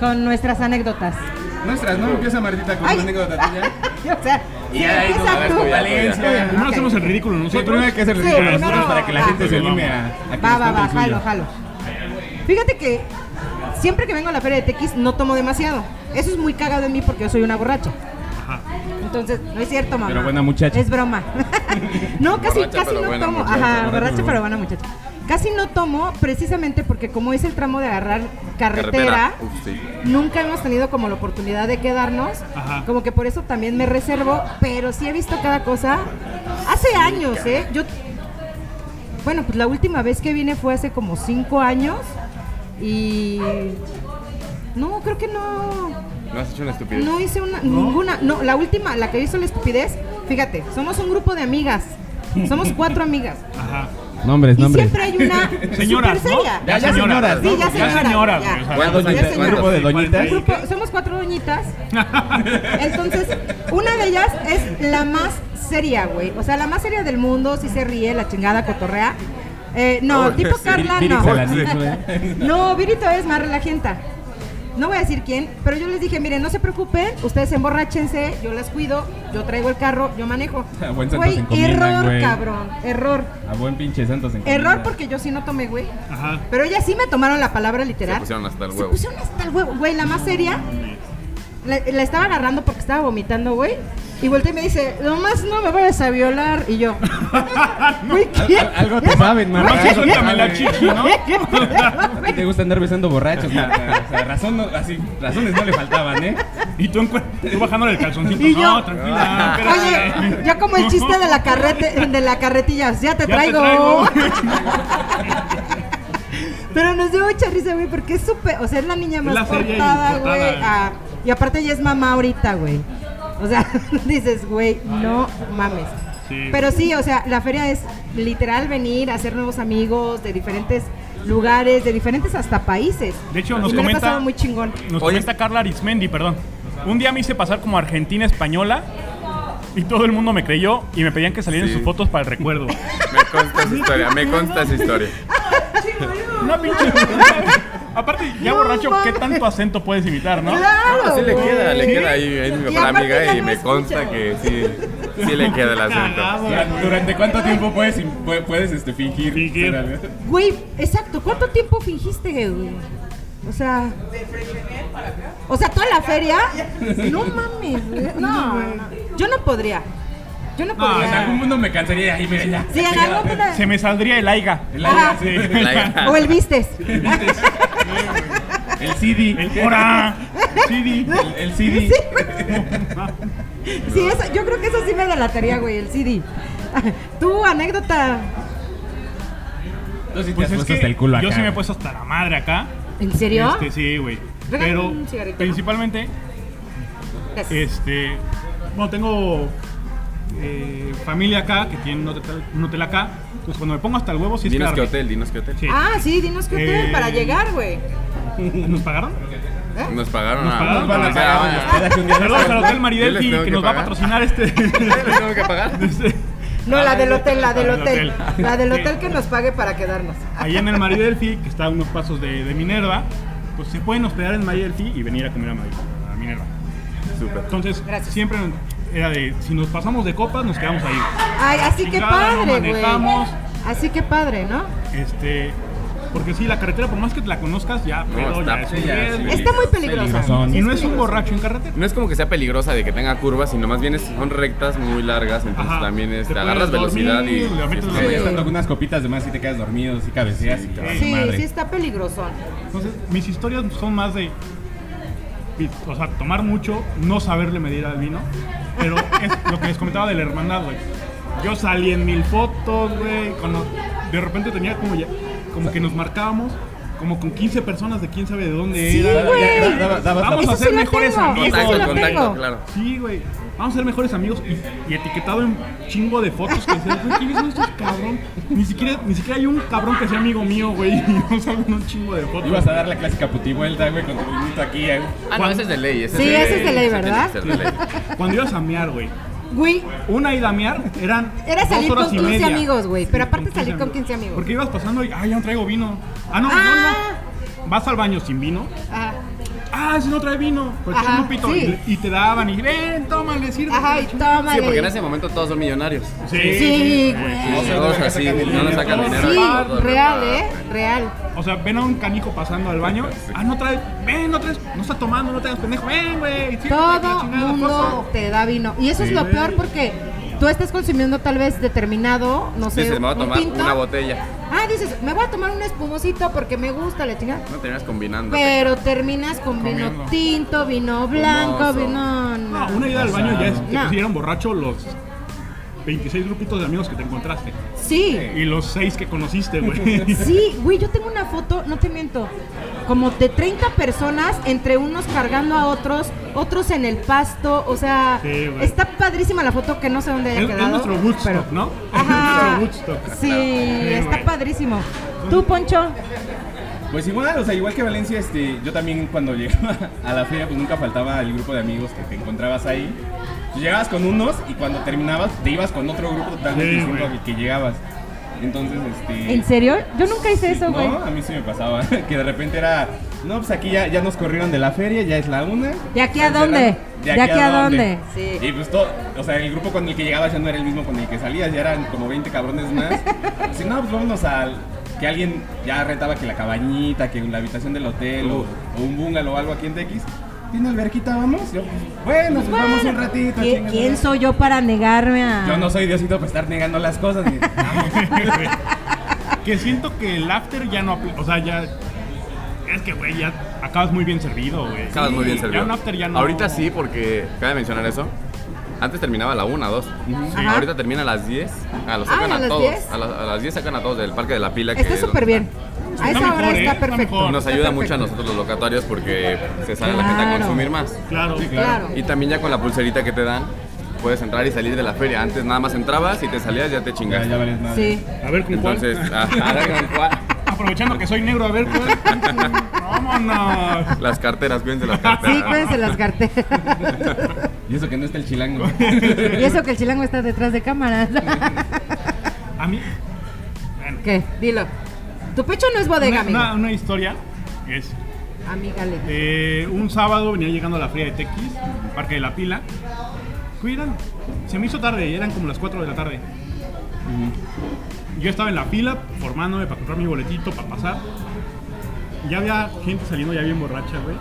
Speaker 2: con nuestras anécdotas? (laughs)
Speaker 5: Nuestras, ¿no? Empieza Martita con
Speaker 2: Ay.
Speaker 5: una anécdota tuya.
Speaker 2: o sea, sí,
Speaker 5: ahí
Speaker 2: empieza
Speaker 5: nos va a
Speaker 2: tú.
Speaker 5: descubrir.
Speaker 2: Valencia.
Speaker 4: Primero
Speaker 2: Ok.
Speaker 4: hacemos el ridículo
Speaker 5: Sí,
Speaker 4: nosotros.
Speaker 5: primero hay que hacer
Speaker 2: Sí,
Speaker 5: ridículo
Speaker 2: primero,
Speaker 5: nosotros para que la
Speaker 2: va.
Speaker 5: gente se
Speaker 4: Sí,
Speaker 5: anime
Speaker 4: vamos.
Speaker 5: a, a que
Speaker 2: Va,
Speaker 5: nos
Speaker 2: va,
Speaker 5: cuente
Speaker 2: va,
Speaker 5: el suyo.
Speaker 2: jalo, jalo. Fíjate que siempre que vengo a la feria de Tequis no tomo demasiado. Eso es muy cagado en mí porque yo soy una borracha. Entonces, no es cierto, mamá.
Speaker 5: Pero buena muchacha.
Speaker 2: Es
Speaker 5: (laughs)
Speaker 2: broma. no, casi,
Speaker 3: Borracha,
Speaker 2: casi
Speaker 3: pero
Speaker 2: no
Speaker 3: buena
Speaker 2: tomo.
Speaker 3: muchacha.
Speaker 2: Ajá,
Speaker 5: Borracha,
Speaker 2: borracha,
Speaker 5: pero
Speaker 2: pero
Speaker 5: buena.
Speaker 2: buena muchacha. Casi no tomo precisamente porque como es el tramo de agarrar carretera,
Speaker 3: Uf, sí.
Speaker 2: nunca hemos tenido como la oportunidad de quedarnos.
Speaker 4: Ajá.
Speaker 2: Como que por eso también me reservo, pero sí he visto cada cosa. Hace años, ¿eh? Yo, bueno, pues la última vez que vine fue hace como cinco años y... No, creo que no.
Speaker 3: No has hecho una estupidez.
Speaker 2: No hice una, ninguna. No, la última, la que hizo la estupidez, fíjate, somos un grupo de amigas. Somos cuatro amigas.
Speaker 4: Ajá.
Speaker 5: Nombres,
Speaker 2: Y
Speaker 5: nombres.
Speaker 2: siempre hay una
Speaker 4: Señoras,
Speaker 2: super
Speaker 4: ¿no?
Speaker 2: seria.
Speaker 5: Ya, ya señoras,
Speaker 2: Sí, ya
Speaker 5: ¿no?
Speaker 4: Ya
Speaker 2: señoras.
Speaker 4: señoras,
Speaker 2: ya.
Speaker 4: güey, o sea,
Speaker 3: ¿Cuántos
Speaker 2: Ya
Speaker 3: hay?
Speaker 2: señoras.
Speaker 5: grupo de doñitas?
Speaker 2: Un grupo- somos cuatro doñitas. Entonces, una de ellas es la más seria, güey. O sea, la más seria del mundo, si se ríe, la chingada cotorrea. Eh, no,
Speaker 3: Oh,
Speaker 2: tipo
Speaker 3: sí,
Speaker 2: Carla,
Speaker 5: Viri-
Speaker 2: no.
Speaker 5: Viri Saladín, güey.
Speaker 2: no, Virito es más relajenta. No voy a decir quién, pero yo les dije, miren, no se preocupen, ustedes emborráchense, yo las cuido, yo traigo el carro, yo manejo.
Speaker 5: A Ah, buen santo
Speaker 2: Güey,
Speaker 5: se encomiendan,
Speaker 2: error,
Speaker 5: güey.
Speaker 2: cabrón, error.
Speaker 5: A buen pinche Santos en
Speaker 2: Error porque yo sí no tomé, güey.
Speaker 4: Ajá.
Speaker 2: Pero ellas sí me tomaron la palabra literal.
Speaker 3: Se pusieron hasta el
Speaker 2: Se
Speaker 3: huevo.
Speaker 2: pusieron hasta el huevo. Güey, la más seria. La, la estaba agarrando porque estaba vomitando, güey. Y volteé y me dice, nomás no me vayas a violar. Y yo, güey, ¿qué?
Speaker 5: Al- Algo te saben, Marta.
Speaker 4: Nomás
Speaker 5: Algo te
Speaker 4: suéltame la
Speaker 5: saben.
Speaker 2: (laughs)
Speaker 4: chichi, ¿no?
Speaker 5: A ti te gusta andar besando borrachos, Marta. O sea, razón no- así, razones no le faltaban, ¿eh?
Speaker 4: Y tú, encu- tú bajándole el calzoncito.
Speaker 2: Y
Speaker 4: no,
Speaker 2: yo-
Speaker 4: tranquila. espérate.
Speaker 2: Oye, yo como el
Speaker 4: (laughs)
Speaker 2: chiste de la, carrete, de la carretilla, ya te
Speaker 4: Ya
Speaker 2: traigo. (laughs)
Speaker 4: te traigo.
Speaker 2: Pero nos dio mucha risa, güey, porque es súper, o sea, es la niña más
Speaker 4: la seria y
Speaker 2: portada,
Speaker 4: portada.
Speaker 2: güey. ah, y aparte ella es mamá ahorita, güey. O sea, (laughs) dices, güey, no mames.
Speaker 4: Sí.
Speaker 2: Pero sí, o sea, la feria es literal venir a hacer nuevos amigos de diferentes lugares, de diferentes hasta países.
Speaker 4: De hecho, nos
Speaker 2: Me la he
Speaker 4: comenta-
Speaker 2: pasado muy
Speaker 4: (laughs)
Speaker 2: chingón.
Speaker 4: Nos
Speaker 3: Oye.
Speaker 4: comenta Carla Arismendi, perdón. Un día me hice pasar como argentina española y todo el mundo me creyó y me pedían que salieran
Speaker 3: Sí.
Speaker 4: sus fotos para el
Speaker 2: (laughs)
Speaker 4: recuerdo.
Speaker 3: Me consta esa historia, me consta esa historia.
Speaker 4: Una pinche. Aparte, ya
Speaker 2: No
Speaker 4: borracho, ¿qué
Speaker 2: mames.
Speaker 4: tanto acento puedes imitar, no?
Speaker 2: Claro.
Speaker 3: No, Ah, sí le
Speaker 2: güey.
Speaker 3: queda, le queda ahí, es mi
Speaker 2: Y
Speaker 3: mejor
Speaker 2: aparte
Speaker 3: amiga
Speaker 2: ya
Speaker 3: y
Speaker 2: no
Speaker 3: me
Speaker 2: escucha.
Speaker 3: consta que sí, sí le queda el acento.
Speaker 5: Durante, Ah, ¿durante cuánto tiempo puedes, pu- puedes este, fingir?
Speaker 4: Fingir.
Speaker 5: ser-
Speaker 2: Güey, exacto. ¿Cuánto tiempo fingiste, güey? O sea. O sea, toda la feria. No mames, güey. No, yo no podría. Yo no
Speaker 5: No, en algún
Speaker 2: podría.
Speaker 5: mundo me cansaría y ahí, mira, ya.
Speaker 2: Sí, en algún punto-
Speaker 4: Se me saldría
Speaker 2: (laughs)
Speaker 4: el aiga.
Speaker 5: El, aire,
Speaker 2: Ajá.
Speaker 5: sí.
Speaker 3: La-
Speaker 2: O el vistes.
Speaker 5: el CD.
Speaker 4: El hora. CD.
Speaker 5: El, el CD.
Speaker 2: Sí, eso, yo creo que eso sí me delataría, güey, el (laughs) CD. Tu anécdota.
Speaker 5: Tú sí te
Speaker 4: Pues
Speaker 5: has
Speaker 4: es
Speaker 5: puesto
Speaker 4: que
Speaker 5: hasta el culo acá.
Speaker 4: yo sí me he puesto hasta la madre acá.
Speaker 2: ¿En serio?
Speaker 4: Este, sí, güey.
Speaker 2: Regálame
Speaker 4: Pero
Speaker 2: un cigarrito.
Speaker 4: principalmente,
Speaker 2: Gracias.
Speaker 4: este, bueno, tengo eh, familia acá que tiene un hotel, un hotel acá. Entonces cuando me pongo hasta el huevo, sí es
Speaker 3: Dinos qué
Speaker 4: quedarme.
Speaker 3: hotel, dinos qué hotel.
Speaker 4: Sí.
Speaker 2: Ah, sí, dinos qué hotel
Speaker 4: Eh,
Speaker 2: para llegar, güey.
Speaker 4: ¿Nos
Speaker 2: (laughs)
Speaker 4: pagaron?
Speaker 3: Nos pagaron
Speaker 4: Nos
Speaker 3: a-
Speaker 4: pagaron,
Speaker 5: Nos van a
Speaker 4: Ah,
Speaker 3: o sea,
Speaker 5: pagar el hospedaje un día de
Speaker 4: Saludos
Speaker 5: estos.
Speaker 4: al Hotel
Speaker 3: Yo les
Speaker 4: Maridelfi
Speaker 3: tengo
Speaker 4: que
Speaker 3: que
Speaker 4: nos va a
Speaker 3: pagar. (laughs)
Speaker 4: patrocinar este.
Speaker 3: ¿Les tengo que
Speaker 4: (laughs)
Speaker 3: pagar?
Speaker 4: este-
Speaker 2: No, la del hotel, la del
Speaker 4: la del
Speaker 2: hotel.
Speaker 4: hotel.
Speaker 2: La del
Speaker 4: (laughs) Sí.
Speaker 2: hotel que nos pague para quedarnos.
Speaker 4: Ahí en el Maridelfi, que está a unos pasos de, de Minerva, pues se pueden hospedar en Maridelfi y venir a comer a, Mari- a Minerva.
Speaker 3: Súper.
Speaker 4: Entonces,
Speaker 2: Gracias.
Speaker 4: siempre era de, si nos pasamos de copas, nos quedamos ahí.
Speaker 2: Ay, así que
Speaker 4: Chingada, no
Speaker 2: padre, güey.
Speaker 4: manejamos.
Speaker 2: Así que padre, ¿no?
Speaker 4: Este, porque sí, la carretera, por más que te la conozcas, ya,
Speaker 3: No,
Speaker 4: pedo,
Speaker 3: está-
Speaker 4: ya es un
Speaker 3: sí, ya,
Speaker 4: riesgo.
Speaker 3: sí.
Speaker 2: Está muy peligrosa.
Speaker 5: Peligrosón.
Speaker 4: Y no es un borracho en carretera.
Speaker 3: No es como que sea peligrosa de que tenga curvas, sino más bien es- son rectas muy largas, entonces
Speaker 4: Ajá.
Speaker 3: también es,
Speaker 4: Te
Speaker 3: te agarras
Speaker 4: puedes
Speaker 3: velocidad
Speaker 4: dormir,
Speaker 3: y...
Speaker 4: le metes
Speaker 3: sí,
Speaker 4: los
Speaker 3: sí.
Speaker 5: Oye,
Speaker 2: Sí.
Speaker 5: estando con unas copitas de más y te quedas dormido, sí cabeceas y te vas
Speaker 2: Sí,
Speaker 5: madre.
Speaker 2: sí está peligroso.
Speaker 4: Entonces, mis historias son más de. O sea, tomar mucho, no saberle medir al vino. Pero es lo que les comentaba de la hermandad, güey. Yo salí en mil fotos, güey. cuando De repente tenía como ya. Como que nos marcábamos, como con 15 personas de quién sabe de dónde
Speaker 2: Sí,
Speaker 4: era.
Speaker 2: güey.
Speaker 5: Ya, ya, daba- daba-
Speaker 4: Vamos a
Speaker 2: Eso
Speaker 4: ser
Speaker 2: sí lo
Speaker 4: mejores
Speaker 2: tengo.
Speaker 4: amigos.
Speaker 2: Eso sí
Speaker 3: Contacto,
Speaker 2: lo tengo.
Speaker 3: contacto, claro.
Speaker 4: Sí, güey. Vamos a ser mejores amigos y, y etiquetado en chingo de fotos que decías, güey, ¿quiénes son estos cabrón? Ni siquiera, ni siquiera hay un cabrón que sea amigo mío, güey. (laughs) Y nos salen un chingo de fotos.
Speaker 5: Ibas a dar la clásica putivuelta, güey, con tu vinito aquí. eh.
Speaker 3: Ah, no, ese es de ley. Ese
Speaker 2: Sí,
Speaker 3: es de
Speaker 2: ese es de ley,
Speaker 3: Ese tiene
Speaker 2: ¿verdad?
Speaker 3: que
Speaker 2: (laughs)
Speaker 3: ser de ley.
Speaker 4: Cuando ibas a mear, güey.
Speaker 2: Güey,
Speaker 4: Una ida a mear eran
Speaker 2: Era
Speaker 4: dos
Speaker 2: salir
Speaker 4: horas
Speaker 2: con
Speaker 4: y
Speaker 2: 15
Speaker 4: media.
Speaker 2: amigos, güey, pero aparte
Speaker 4: con
Speaker 2: salir con 15 amigos.
Speaker 4: Porque ibas pasando y, ah, ya no traigo vino. Ah, no,
Speaker 2: Ah.
Speaker 4: no, no. Vas al baño sin vino.
Speaker 2: ajá,
Speaker 4: Ah, si no trae vino. Pues
Speaker 2: Ajá,
Speaker 4: toma un pito.
Speaker 2: sí.
Speaker 4: Y, y te daban y, ven, tómale, sirve.
Speaker 2: ajá, y
Speaker 3: Sí, porque en
Speaker 2: tómale.
Speaker 3: ese momento todos son millonarios.
Speaker 2: Sí,
Speaker 3: Sí,
Speaker 2: güey.
Speaker 5: sí,
Speaker 3: todos
Speaker 5: no le
Speaker 3: así,
Speaker 5: sacan dinero.
Speaker 3: no le sacan dinero.
Speaker 2: Sí,
Speaker 3: a todos,
Speaker 2: real,
Speaker 3: ¿verdad?
Speaker 2: eh, real.
Speaker 4: O sea, ven a un canijo pasando al baño. Ah, no trae. Ven, no traes. No está tomando, no te hagas pendejo. Ven, güey. sírvete, la
Speaker 2: Todo
Speaker 4: chingada,
Speaker 2: mundo
Speaker 4: foto.
Speaker 2: te da vino. Y eso es
Speaker 4: Sí,
Speaker 2: lo
Speaker 4: güey.
Speaker 2: peor porque tú estás consumiendo tal vez determinado, no sé,
Speaker 3: Dices, me voy
Speaker 2: un
Speaker 3: a tomar
Speaker 2: tinto.
Speaker 3: una botella.
Speaker 2: Ah, dices, me voy a tomar un espumosito porque me gusta la chingada.
Speaker 3: No terminas combinando.
Speaker 2: Pero terminas con vino
Speaker 4: Comiendo.
Speaker 2: tinto, vino blanco,
Speaker 3: Fumoso.
Speaker 2: vino... no.
Speaker 4: No, una ida al baño ya es que
Speaker 2: No.
Speaker 4: te hicieron borracho los 26 grupitos de amigos que te encontraste.
Speaker 2: Sí.
Speaker 4: Y los 6 que conociste, güey.
Speaker 2: (laughs) Sí, güey, yo tengo una foto, no te miento, como de 30 personas, entre unos cargando a otros, otros en el pasto, o sea,
Speaker 4: Sí, güey.
Speaker 2: está padrísima la foto que no sé dónde haya
Speaker 4: Es- es
Speaker 2: quedado.
Speaker 4: nuestro Woodstock,
Speaker 2: pero-
Speaker 4: ¿no? Es
Speaker 2: Ajá.
Speaker 4: nuestro Woodstock.
Speaker 2: Sí,
Speaker 4: Sí,
Speaker 2: está
Speaker 4: güey.
Speaker 2: padrísimo. ¿Tú, Poncho?
Speaker 5: Pues igual, o sea, igual que Valencia, este, yo también cuando (laughs) llegaba a la feria, pues nunca faltaba el grupo de amigos que te encontrabas ahí. Tú llegabas con unos y cuando terminabas te ibas con otro grupo totalmente
Speaker 4: Sí,
Speaker 5: distinto
Speaker 4: güey.
Speaker 5: al que llegabas. Entonces, este...
Speaker 2: ¿En serio? Yo nunca hice eso, güey.
Speaker 5: No, a mí sí me pasaba, (laughs) que de repente era, no, pues aquí ya, ya nos corrieron de la feria, ya es la una.
Speaker 2: ¿De aquí a
Speaker 5: Están
Speaker 2: dónde?
Speaker 5: cerrando.
Speaker 2: ¿De aquí a dónde? Sí.
Speaker 5: Y pues todo, o sea, el grupo con el que llegabas ya no era el mismo con el que salías, ya eran como 20 cabrones
Speaker 2: (laughs)
Speaker 5: más. Así, no, pues vámonos al... Que alguien ya rentaba que la cabañita, que la habitación del hotel o, o un bungalow o algo aquí en TX.
Speaker 6: ¿Tiene alberquita, vamos? Yo, bueno, pues vamos un ratito.
Speaker 2: ¿Qui-
Speaker 6: chingue,
Speaker 2: ¿Quién
Speaker 6: ¿no?
Speaker 2: soy yo para negarme a.?
Speaker 6: Yo no soy Diosito para estar negando las cosas.
Speaker 2: (laughs)
Speaker 6: ni-
Speaker 4: Que siento que el after ya no apl- O sea, ya. Es que, güey, ya acabas muy bien servido, güey.
Speaker 3: Estabas muy bien
Speaker 4: Ya
Speaker 3: servido.
Speaker 4: un after ya no-
Speaker 3: Ahorita sí, porque cabe mencionar eso. Antes terminaba a la 1, 2.
Speaker 2: Ajá.
Speaker 3: Ahorita termina a las 10. A los
Speaker 2: Ay,
Speaker 3: sacan
Speaker 2: ¿a
Speaker 3: a,
Speaker 2: las
Speaker 3: todos.
Speaker 2: 10?
Speaker 3: A, las- a las 10 sacan a todos del Parque de la Pila. que
Speaker 2: Está
Speaker 3: es donde
Speaker 2: súper bien. A
Speaker 4: Eh, Está
Speaker 2: esa hora
Speaker 4: mejor, ¿eh?
Speaker 2: está
Speaker 4: Está
Speaker 2: perfecto.
Speaker 4: mejor.
Speaker 3: Nos
Speaker 2: está
Speaker 3: ayuda mucho a
Speaker 2: perfecto.
Speaker 3: nosotros los locatarios porque se sale la gente a
Speaker 2: Claro.
Speaker 3: consumir más.
Speaker 4: Claro.
Speaker 2: Claro.
Speaker 3: Y también ya con la pulserita que te dan, puedes entrar y salir de la feria. Antes nada más entrabas y te salías ya te
Speaker 6: Ya,
Speaker 3: chingaste.
Speaker 6: ya vales madre.
Speaker 2: Sí.
Speaker 4: A ver, ¿con cuál? (laughs)
Speaker 3: Entonces, ah. ajá, hagan cual.
Speaker 4: Aprovechando que soy negro, a ver,
Speaker 3: (laughs)
Speaker 4: ¿cuál? Vámonos.
Speaker 3: las carteras, cuídense las carteras.
Speaker 2: Sí, cuídense las
Speaker 4: (laughs)
Speaker 2: carteras.
Speaker 6: Y eso que no está el chilango.
Speaker 2: y eso que el chilango está detrás de
Speaker 4: (laughs)
Speaker 2: cámaras.
Speaker 4: A mí, bueno,
Speaker 2: ¿Qué? Dilo. Tu pecho no es bodega,
Speaker 4: una,
Speaker 2: amigo.
Speaker 4: una- una historia es.
Speaker 2: Amígale.
Speaker 4: Eh, un sábado venía llegando a la fría de Tequis, Parque de la Pila. Cuidan. Se me hizo tarde, eran como las 4 de la tarde. Yo estaba en la pila formándome para comprar mi boletito, para pasar. Ya había gente saliendo ya bien borracha, güey.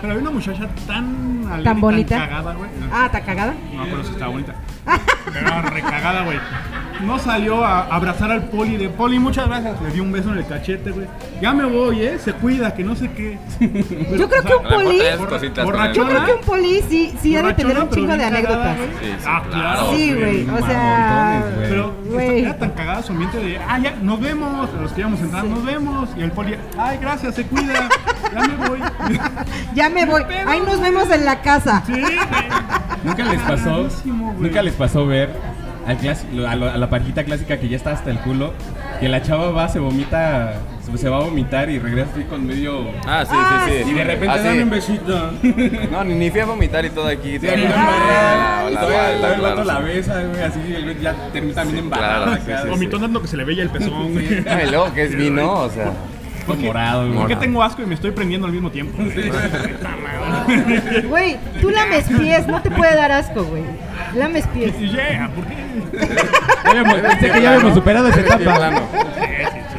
Speaker 4: Pero había una muchacha tan alegre,
Speaker 2: ¿Tan bonita?
Speaker 4: cagada, güey.
Speaker 2: Ah, ¿está cagada?
Speaker 4: No, pero sí estaba bonita. Pero recagada, güey. No salió a abrazar al poli de poli, muchas gracias. Le di un beso en el cachete, güey. Ya me voy, eh. Se cuida, que no sé qué.
Speaker 2: Yo creo que un
Speaker 3: A lo mejor
Speaker 2: poli.
Speaker 3: traes cositas con él.
Speaker 2: Yo creo que un poli sí, sí ha de tener un chingo de anécdotas.
Speaker 3: Sí, sí,
Speaker 4: ah,
Speaker 3: claro.
Speaker 4: claro.
Speaker 2: Sí, güey. O sea.
Speaker 6: Mamontones, güey.
Speaker 4: Pero pues,
Speaker 2: Güey.
Speaker 4: era tan cagada su ambiente de, ah, ya, nos vemos. A los que íbamos a entrar, nos vemos. Y el poli, ay, gracias, se cuida. Ya me voy. (laughs)
Speaker 2: Ya me voy. Ahí nos vemos en la casa.
Speaker 4: Sí, güey.
Speaker 6: Nunca les pasó.
Speaker 4: Cagadísimo, güey.
Speaker 6: Nunca les pasó ver al clas- lo- a, lo- a la parejita clásica que ya está hasta el culo. Que la chava va, se vomita, se- se va a vomitar y regresa así con medio.
Speaker 3: Ah, sí,
Speaker 2: Ah,
Speaker 3: sí, sí.
Speaker 6: Y de repente
Speaker 3: Ah, sí.
Speaker 6: dame un besito.
Speaker 3: No, ni, ni fui a vomitar y todo aquí.
Speaker 6: Sí,
Speaker 3: todo
Speaker 6: aquí
Speaker 3: la-
Speaker 6: no
Speaker 3: la-
Speaker 6: me-
Speaker 3: la-
Speaker 6: y todavía-
Speaker 3: la-
Speaker 6: todavía el vato
Speaker 3: la-
Speaker 6: la besa, güey, así el güey ya termina también embarrado.
Speaker 3: claro,
Speaker 6: acá,
Speaker 3: sí, sí,
Speaker 6: güey.
Speaker 4: Vomitó tanto que se le veía el pezón, güey.
Speaker 3: No, y luego que es vino, o sea.
Speaker 6: Todo morado,
Speaker 4: ¿Por
Speaker 6: güey.
Speaker 4: qué tengo asco y me estoy prendiendo al mismo tiempo? güey?
Speaker 2: Güey, tú lames pies, no te puede dar asco, güey. Lames pies.
Speaker 4: Yeah, ¿por qué?
Speaker 6: Ya habíamos- pensé que ya habíamos superado esa
Speaker 3: Eres
Speaker 6: etapa.
Speaker 3: plano.
Speaker 4: Sí,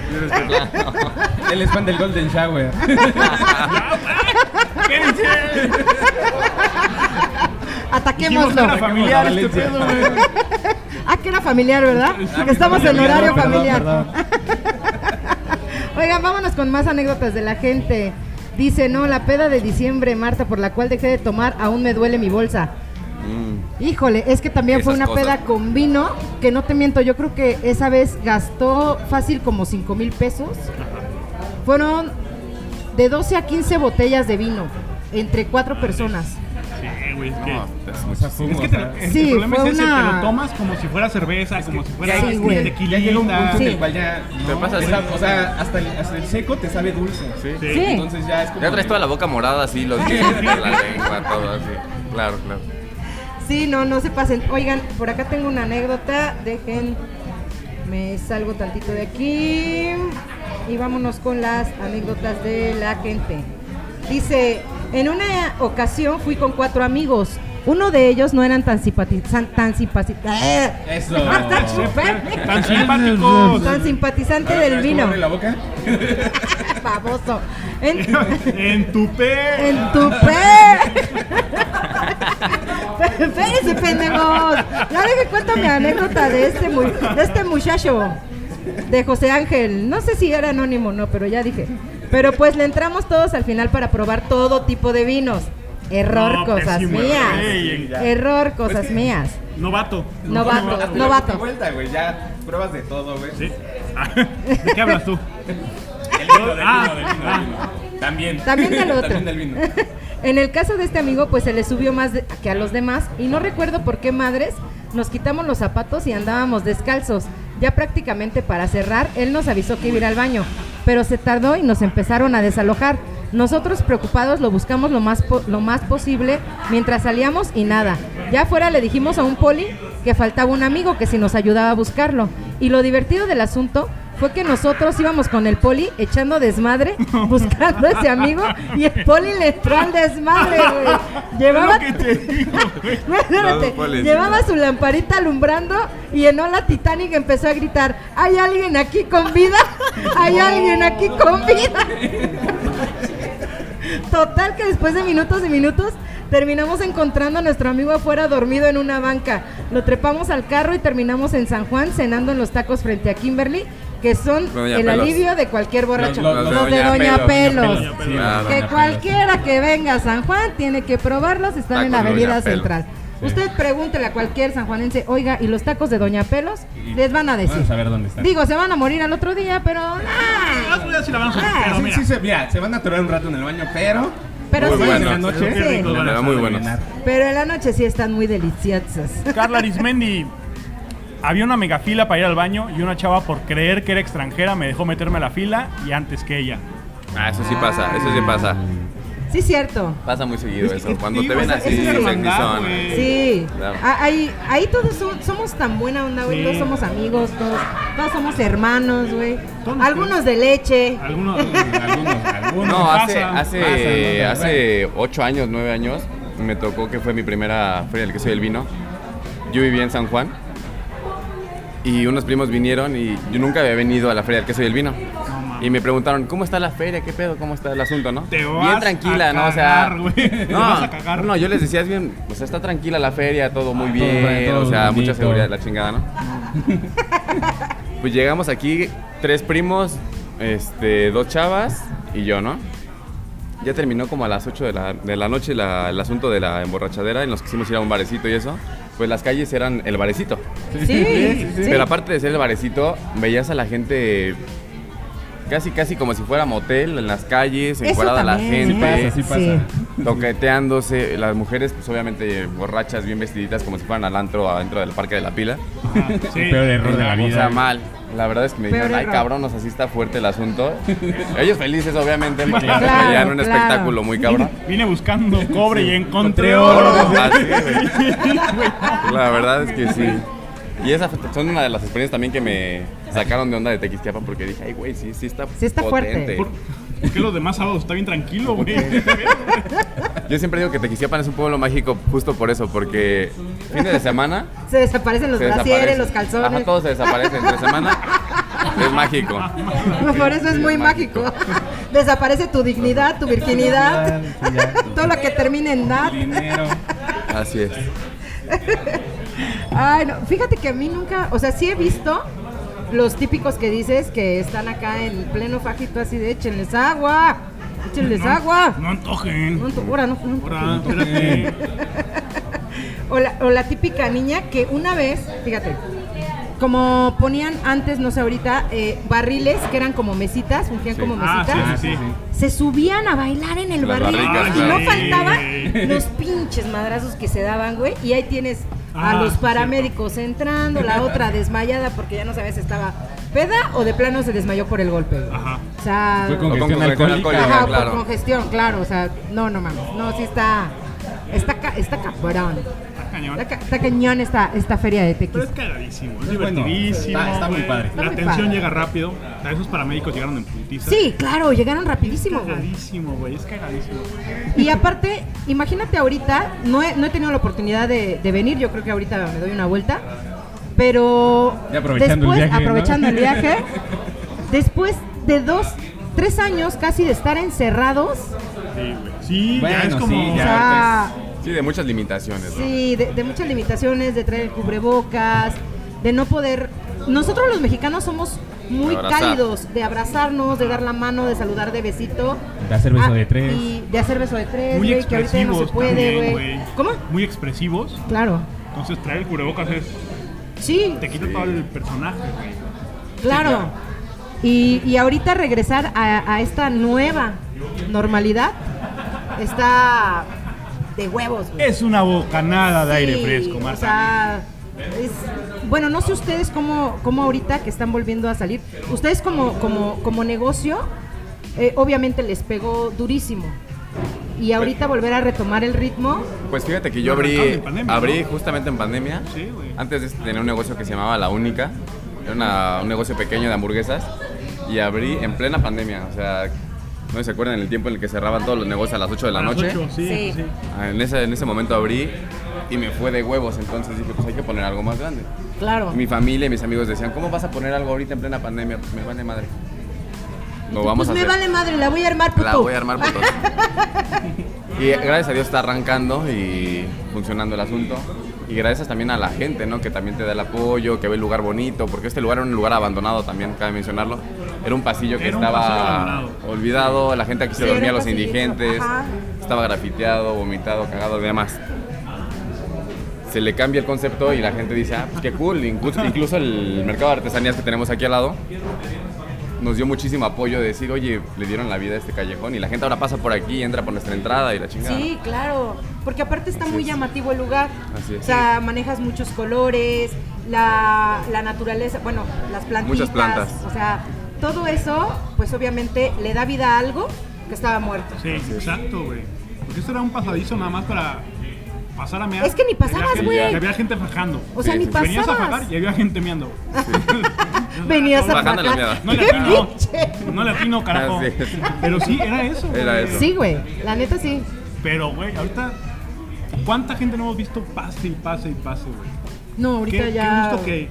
Speaker 4: sí, sí.
Speaker 6: Él es fan del Golden Shower.
Speaker 4: Quédense. Dijimos que
Speaker 2: Ataquémoslo.
Speaker 4: era familiar este
Speaker 6: Valencia.
Speaker 4: pedo, güey.
Speaker 2: (laughs) Ah, que era familiar, ¿verdad? Que estamos en horario
Speaker 6: Perdón,
Speaker 2: familiar.
Speaker 6: perdón.
Speaker 2: Oigan, vámonos con más anécdotas de la gente. Dice, no, la peda de diciembre, Marta, por la cual dejé de tomar, aún me duele mi bolsa.
Speaker 3: Mm.
Speaker 2: Híjole, es que también fue una
Speaker 3: Esas cosas.
Speaker 2: peda con vino, que no te miento, yo creo que esa vez gastó fácil como 5 mil pesos. Fueron de 12 a 15 botellas de vino, entre cuatro personas.
Speaker 4: Sí, güey, es que.
Speaker 3: No, es
Speaker 6: O
Speaker 3: mucho.
Speaker 6: sea, fue
Speaker 4: Es
Speaker 6: un-
Speaker 4: que te lo- el
Speaker 2: Sí,
Speaker 4: problema
Speaker 2: fue
Speaker 4: es ese,
Speaker 2: una-
Speaker 4: te lo tomas como si fuera cerveza, como si fuera este,
Speaker 2: sí,
Speaker 4: tequila.
Speaker 2: güey.
Speaker 6: Ya llega un punto en
Speaker 2: Sí.
Speaker 6: el cual ya.
Speaker 3: Te
Speaker 6: no,
Speaker 3: pasa
Speaker 6: te
Speaker 3: así.
Speaker 6: sabe- O sea, hasta el, hasta el seco te sabe dulce.
Speaker 3: Sí.
Speaker 2: Sí.
Speaker 6: Entonces ya es como.
Speaker 3: Ya traes
Speaker 6: que-
Speaker 3: toda la boca morada así, los dientes, la lengua, todo así. Claro, claro.
Speaker 2: Sí, no, no se pasen. Oigan, por acá tengo una anécdota. Dejen, me salgo tantito de aquí y vámonos con las anécdotas de la gente. Dice, en una ocasión fui con cuatro amigos. Uno de ellos no eran tan simpatizantes, tan eh, simpatizantes, (laughs)
Speaker 6: Eso.
Speaker 2: Ah,
Speaker 6: (laughs)
Speaker 4: Tan simpáticos.
Speaker 2: tan simpatizante del vino.
Speaker 6: Abre la boca.
Speaker 2: (laughs) Baboso. En-
Speaker 4: En tu pe.
Speaker 2: En tu pe. (laughs) Espérense, pendejos. Ya deje cuento mi anécdota de este, mu- de este muchacho, de José Ángel. No sé si era anónimo o no, pero ya dije. Pero pues le entramos todos al final para probar todo tipo de vinos. Error,
Speaker 4: No,
Speaker 2: cosas
Speaker 4: pésimo,
Speaker 2: mías.
Speaker 4: ey,
Speaker 6: ya.
Speaker 2: Error, cosas
Speaker 6: Pues sí.
Speaker 2: mías.
Speaker 4: Novato.
Speaker 2: Novato.
Speaker 6: No
Speaker 2: Novato.
Speaker 6: vuelta, güey. Ya pruebas de todo, güey.
Speaker 4: Sí. Ah, ¿De qué hablas tú?
Speaker 6: El vino, del
Speaker 4: Ah,
Speaker 6: vino, del vino, del vino. También.
Speaker 2: También del otro.
Speaker 6: También del vino.
Speaker 2: (laughs) En el caso de este amigo, pues se le subió más de- que a los demás y no recuerdo por qué madres nos quitamos los zapatos y andábamos descalzos. Ya prácticamente para cerrar, él nos avisó que iba a ir al baño, pero se tardó y nos empezaron a desalojar. Nosotros preocupados lo buscamos lo más, po- lo más posible mientras salíamos y nada. Ya afuera le dijimos a un poli que faltaba un amigo que si nos ayudaba a buscarlo. Y lo divertido del asunto fue que nosotros íbamos con el poli echando desmadre, (laughs) buscando a ese amigo, y el poli le entró al desmadre,
Speaker 4: (laughs)
Speaker 2: güey. Llevaba,
Speaker 4: Es lo que te digo, güey.
Speaker 2: No, espérate.
Speaker 3: Los polis.
Speaker 2: Llevaba su lamparita alumbrando y en Hola Titanic empezó a gritar, ¿hay alguien aquí con vida? ¿Hay alguien aquí con vida? Total que después de minutos y minutos terminamos encontrando a nuestro amigo afuera dormido en una banca. Lo trepamos al carro y terminamos en San Juan cenando en los tacos frente a Kimberly, que son
Speaker 3: Doña
Speaker 2: el
Speaker 3: Pelos.
Speaker 2: alivio de cualquier borracho.
Speaker 6: Los- los- los
Speaker 2: Los de
Speaker 3: Doña
Speaker 2: Doña
Speaker 3: Pelos.
Speaker 2: Pelos.
Speaker 4: Doña
Speaker 6: Sí,
Speaker 3: Ah,
Speaker 2: Que
Speaker 6: doña
Speaker 2: cualquiera que venga a San Juan tiene que probarlos, están en la
Speaker 3: Tacos de
Speaker 2: avenida
Speaker 3: Doña Pelos.
Speaker 2: central.
Speaker 6: Sí.
Speaker 2: Usted pregúntele a cualquier sanjuanense, oiga, ¿y los tacos de Doña Pelos?
Speaker 6: Y-
Speaker 2: Les van a decir.
Speaker 6: Vamos a ver dónde están.
Speaker 2: Digo, se van a morir al otro día, pero...
Speaker 4: El otro día sí la vamos a
Speaker 2: Ah,
Speaker 4: pero
Speaker 6: Sí,
Speaker 4: mira,
Speaker 6: sí, se, mira, se van a atorar un rato en el baño, pero.
Speaker 2: Pero
Speaker 3: Muy
Speaker 2: sí,
Speaker 3: bueno.
Speaker 6: En la noche.
Speaker 2: Sí.
Speaker 6: se
Speaker 4: Muy
Speaker 6: van a
Speaker 3: bueno.
Speaker 6: rellenar.
Speaker 2: pero en la noche sí están muy deliciosas.
Speaker 4: Carla Arismendi. Había una mega fila para ir al baño y una chava por creer que era extranjera me dejó meterme a la fila y antes que ella.
Speaker 3: Ah, eso sí pasa, eso sí pasa.
Speaker 2: Sí, cierto.
Speaker 3: Pasa muy seguido
Speaker 4: Es que
Speaker 3: eso.
Speaker 4: te
Speaker 3: Cuando te
Speaker 4: digo,
Speaker 3: ven
Speaker 4: o sea,
Speaker 3: así,
Speaker 4: es una
Speaker 3: se
Speaker 4: hermandad,
Speaker 3: enguisan.
Speaker 4: güey.
Speaker 2: Sí,
Speaker 3: Claro.
Speaker 2: Ah, ahí, ahí todos so- somos tan buena onda, güey.
Speaker 4: Sí.
Speaker 2: Todos somos amigos, todos, todos somos hermanos, güey.
Speaker 4: Todos,
Speaker 2: Algunos de leche.
Speaker 4: Algunos.
Speaker 6: Algunos, algunos.
Speaker 3: No, hace,
Speaker 4: Pasa,
Speaker 3: hace,
Speaker 6: pasa, ¿no?
Speaker 3: hace ocho años, nueve años, me tocó que fue mi primera feria del queso y el vino. Yo vivía en San Juan y unos primos vinieron y yo nunca había venido a la feria del queso y el vino. Y me preguntaron, ¿cómo está la feria? ¿Qué pedo? ¿Cómo está el asunto, no?
Speaker 4: Te vas
Speaker 3: bien tranquila,
Speaker 4: a
Speaker 3: ¿no? O
Speaker 4: cagar, güey. (laughs)
Speaker 3: sea,
Speaker 4: Te
Speaker 3: no,
Speaker 4: vas a cagar.
Speaker 3: no, yo les decía, es bien, o sea, está tranquila la feria, todo
Speaker 6: Ah,
Speaker 3: muy
Speaker 6: todo
Speaker 3: bien,
Speaker 6: bien, todo
Speaker 3: o sea,
Speaker 6: bonito.
Speaker 3: mucha seguridad, la chingada, ¿no? Pues llegamos aquí, tres primos, este, dos chavas y yo, ¿no? Ya terminó como a las 8 de la, de la noche la- el asunto de la emborrachadera y nos quisimos ir a un barecito y eso. Pues las calles eran el barecito.
Speaker 2: Sí, sí.
Speaker 3: Pero aparte de ser el barecito, veías a la gente casi, casi como si fuera motel, en las calles,
Speaker 2: Eso
Speaker 3: encuadrada la
Speaker 2: también, ¿eh?
Speaker 3: gente,
Speaker 6: pasa, sí pues, pasa.
Speaker 3: toqueteándose. Las mujeres, pues obviamente borrachas, bien vestiditas, como si fueran al antro adentro del Parque de la Pila.
Speaker 4: Ajá, sí.
Speaker 6: Peor error de la
Speaker 3: O sea,
Speaker 6: vida.
Speaker 3: mal. La verdad es que me
Speaker 2: Peor
Speaker 3: dijeron, ay
Speaker 2: error.
Speaker 3: cabrón, o sea, sí está fuerte el asunto. Ellos felices, obviamente, porque
Speaker 4: claro.
Speaker 3: traían
Speaker 2: Claro,
Speaker 3: un
Speaker 2: claro.
Speaker 3: espectáculo muy cabrón.
Speaker 4: Vine
Speaker 2: (laughs)
Speaker 4: buscando cobre y encontré
Speaker 6: Encontré
Speaker 4: oro.
Speaker 6: oro.
Speaker 3: Ah, sí,
Speaker 6: (laughs)
Speaker 3: güey. La verdad es que sí. Y esas son una de las experiencias también que me sacaron de onda de Tequisquiapan porque dije, ay, güey, sí, sí está,
Speaker 2: Sí está fuerte.
Speaker 4: ¿Por, por qué los demás sábados está bien tranquilo, güey?
Speaker 3: Yo siempre digo que Tequisquiapan es un pueblo mágico justo por eso, porque fines de semana
Speaker 2: Se desaparecen los
Speaker 3: se
Speaker 2: brasieres,
Speaker 3: desaparecen.
Speaker 2: los calzones.
Speaker 3: Ajá, todo se desaparece entre semana. Es mágico.
Speaker 2: Por eso es
Speaker 3: Sí,
Speaker 2: muy
Speaker 3: es
Speaker 2: mágico.
Speaker 3: mágico.
Speaker 2: (laughs) Desaparece tu dignidad, tu virginidad,
Speaker 6: Sí, ya.
Speaker 2: (laughs) todo lo que termina en dad.
Speaker 6: Dinero.
Speaker 3: Así es.
Speaker 2: Ay, no, fíjate que a mí nunca, o sea, sí he visto los típicos que dices que están acá en pleno fajito así de échenles agua, échenles
Speaker 4: No-
Speaker 2: Pues agua.
Speaker 4: No antojen.
Speaker 2: No, ahora no, no.
Speaker 4: Ahora, espérate.
Speaker 2: O la, o la típica niña que una vez, fíjate, como ponían antes, no sé ahorita, eh, barriles que eran como mesitas, fungían
Speaker 3: Sí.
Speaker 2: como
Speaker 4: Ah,
Speaker 2: mesitas.
Speaker 4: sí, sí, sí.
Speaker 2: Se subían a bailar en el
Speaker 3: Las
Speaker 2: barril
Speaker 3: barricas,
Speaker 2: y no
Speaker 3: claro.
Speaker 2: faltaban los pinches madrazos que se daban, güey. Y ahí tienes a
Speaker 4: Ah,
Speaker 2: los paramédicos entrando, la otra desmayada porque ya no sabes si estaba peda o de plano se desmayó por el golpe. güey.
Speaker 4: Ajá.
Speaker 2: O sea,
Speaker 6: Fue con
Speaker 3: O
Speaker 6: congestión
Speaker 3: congestión
Speaker 6: alcohólica.
Speaker 3: alcohólica,
Speaker 2: Ajá,
Speaker 3: claro.
Speaker 2: por congestión, claro, o sea, no, no mames, no, sí está, está, ca- está cabrón,
Speaker 4: Está cañón.
Speaker 2: está, ca- está cañón esta, esta feria de Tequis.
Speaker 4: Pero es cagadísimo, es
Speaker 6: Es bueno,
Speaker 4: divertidísimo.
Speaker 6: está- está muy
Speaker 4: güey.
Speaker 6: padre.
Speaker 2: Está
Speaker 4: La
Speaker 2: muy
Speaker 4: atención
Speaker 2: padre.
Speaker 4: llega rápido. O sea, esos paramédicos llegaron en putiza.
Speaker 2: Sí, claro, llegaron rapidísimo, güey.
Speaker 4: Cagadísimo, güey. Es cagadísimo.
Speaker 2: Y aparte, imagínate ahorita, no he, no he tenido la oportunidad de, de venir, yo creo que ahorita me doy una vuelta, pero
Speaker 6: Ya aprovechando el
Speaker 2: después,
Speaker 6: viaje, ¿no?
Speaker 2: aprovechando el viaje,
Speaker 6: (laughs)
Speaker 2: después de dos, tres años casi de estar encerrados,
Speaker 4: Sí, güey. Sí, ya
Speaker 6: Bueno,
Speaker 4: es como.
Speaker 6: sí,
Speaker 2: o
Speaker 6: Ya,
Speaker 2: sea,
Speaker 3: Sí, de muchas limitaciones, ¿no?
Speaker 2: Sí, de, de muchas limitaciones, de traer el cubrebocas, de no poder... Nosotros los mexicanos somos muy
Speaker 3: De abrazar.
Speaker 2: cálidos, de abrazarnos, de dar la mano, de saludar de besito.
Speaker 6: De hacer beso
Speaker 2: Ah,
Speaker 6: de tres.
Speaker 2: Y de hacer beso de tres,
Speaker 4: Muy
Speaker 2: güey, que ahorita ya no se
Speaker 4: expresivos
Speaker 2: puede,
Speaker 4: también,
Speaker 2: güey.
Speaker 4: güey.
Speaker 2: ¿Cómo?
Speaker 4: Muy expresivos.
Speaker 2: Claro.
Speaker 4: Entonces traer el cubrebocas es.
Speaker 2: Sí,
Speaker 4: Te quita todo el personaje, güey.
Speaker 2: claro. Y, y ahorita regresar a, a esta nueva normalidad está de huevos, güey.
Speaker 4: Es una bocanada de aire
Speaker 2: Sí,
Speaker 4: fresco, Marta.
Speaker 2: O sea, es- bueno, no sé ustedes cómo, cómo ahorita que están volviendo a salir, ustedes como, como, como negocio, eh, obviamente les pegó durísimo. Y ahorita volver a retomar el ritmo,
Speaker 3: Pues fíjate que yo
Speaker 4: Lo arrancaron
Speaker 3: abrí,
Speaker 4: en pandemia,
Speaker 3: abrí
Speaker 4: ¿no?
Speaker 3: justamente en pandemia.
Speaker 4: Sí, güey.
Speaker 3: Antes de este tenía un negocio que se llamaba La Única. Era una- un negocio pequeño de hamburguesas. Y abrí en plena pandemia. O sea, no se acuerdan el tiempo en el que cerraban todos los negocios a las 8 de la
Speaker 4: A las
Speaker 3: noche.
Speaker 4: ocho, sí,
Speaker 2: Sí.
Speaker 4: sí.
Speaker 3: Ah, En ese, en ese momento abrí y me fue de huevos. Entonces dije, pues hay que poner algo más grande.
Speaker 2: claro.
Speaker 3: Mi familia y mis amigos decían, ¿cómo vas a poner algo ahorita en plena pandemia? Pues me vale madre. Lo vamos
Speaker 2: pues
Speaker 3: a
Speaker 2: me
Speaker 3: hacer.
Speaker 2: vale madre, la voy a armar puto.
Speaker 3: La voy a armar
Speaker 2: (laughs)
Speaker 3: putos. Y gracias a Dios está arrancando y funcionando el asunto. Y gracias también a la gente, ¿no? Que también te da el apoyo, que ve el lugar bonito, porque este lugar era un lugar abandonado también, cabe mencionarlo. Era un pasillo que
Speaker 4: Era un pasillo
Speaker 3: estaba
Speaker 4: abandonado.
Speaker 3: olvidado, la gente aquí se
Speaker 2: Sí, era
Speaker 3: dormía,
Speaker 2: un
Speaker 3: los
Speaker 2: pasillito,
Speaker 3: indigentes,
Speaker 2: ajá.
Speaker 3: estaba grafiteado, vomitado, cagado y demás. Se le cambia el concepto y la gente dice, ah, pues qué cool. Incluso, incluso el mercado de artesanías que tenemos aquí al lado nos dio muchísimo apoyo de decir, oye, le dieron la vida a este callejón y la gente ahora pasa por aquí, entra por nuestra entrada y la chingada.
Speaker 2: Sí, claro, porque aparte está
Speaker 3: Así
Speaker 2: muy
Speaker 3: es.
Speaker 2: llamativo el lugar.
Speaker 3: Así es.
Speaker 2: O sea, manejas muchos colores, la, la naturaleza, bueno, las plantitas.
Speaker 3: Muchas plantas.
Speaker 2: O sea, todo eso, pues obviamente le da vida a algo que estaba muerto.
Speaker 4: Sí, exacto, güey. Porque esto era un pasadizo nada más para pasar a mear.
Speaker 2: Es que ni pasabas,
Speaker 4: Había gente-
Speaker 3: güey.
Speaker 4: y Había gente fajando.
Speaker 2: O sea,
Speaker 3: Sí,
Speaker 2: ni
Speaker 3: sí, sí.
Speaker 4: Venías a
Speaker 2: pasabas.
Speaker 4: fajar y había gente meando. (laughs)
Speaker 2: Venías a
Speaker 3: Bajando la
Speaker 2: fajar.
Speaker 3: mierda.
Speaker 4: No
Speaker 2: ¡Qué
Speaker 4: latino,
Speaker 2: pinche!
Speaker 4: no latino, carajo.
Speaker 3: Así es.
Speaker 4: Pero sí, era eso.
Speaker 3: Era
Speaker 4: güey.
Speaker 3: eso.
Speaker 2: Sí, güey, la neta sí.
Speaker 4: Pero, güey, ahorita, ¿cuánta gente no hemos visto pase y pase y pase, güey?
Speaker 2: No,
Speaker 4: Qué,
Speaker 2: ahorita
Speaker 4: qué
Speaker 2: ya.
Speaker 4: gusto que,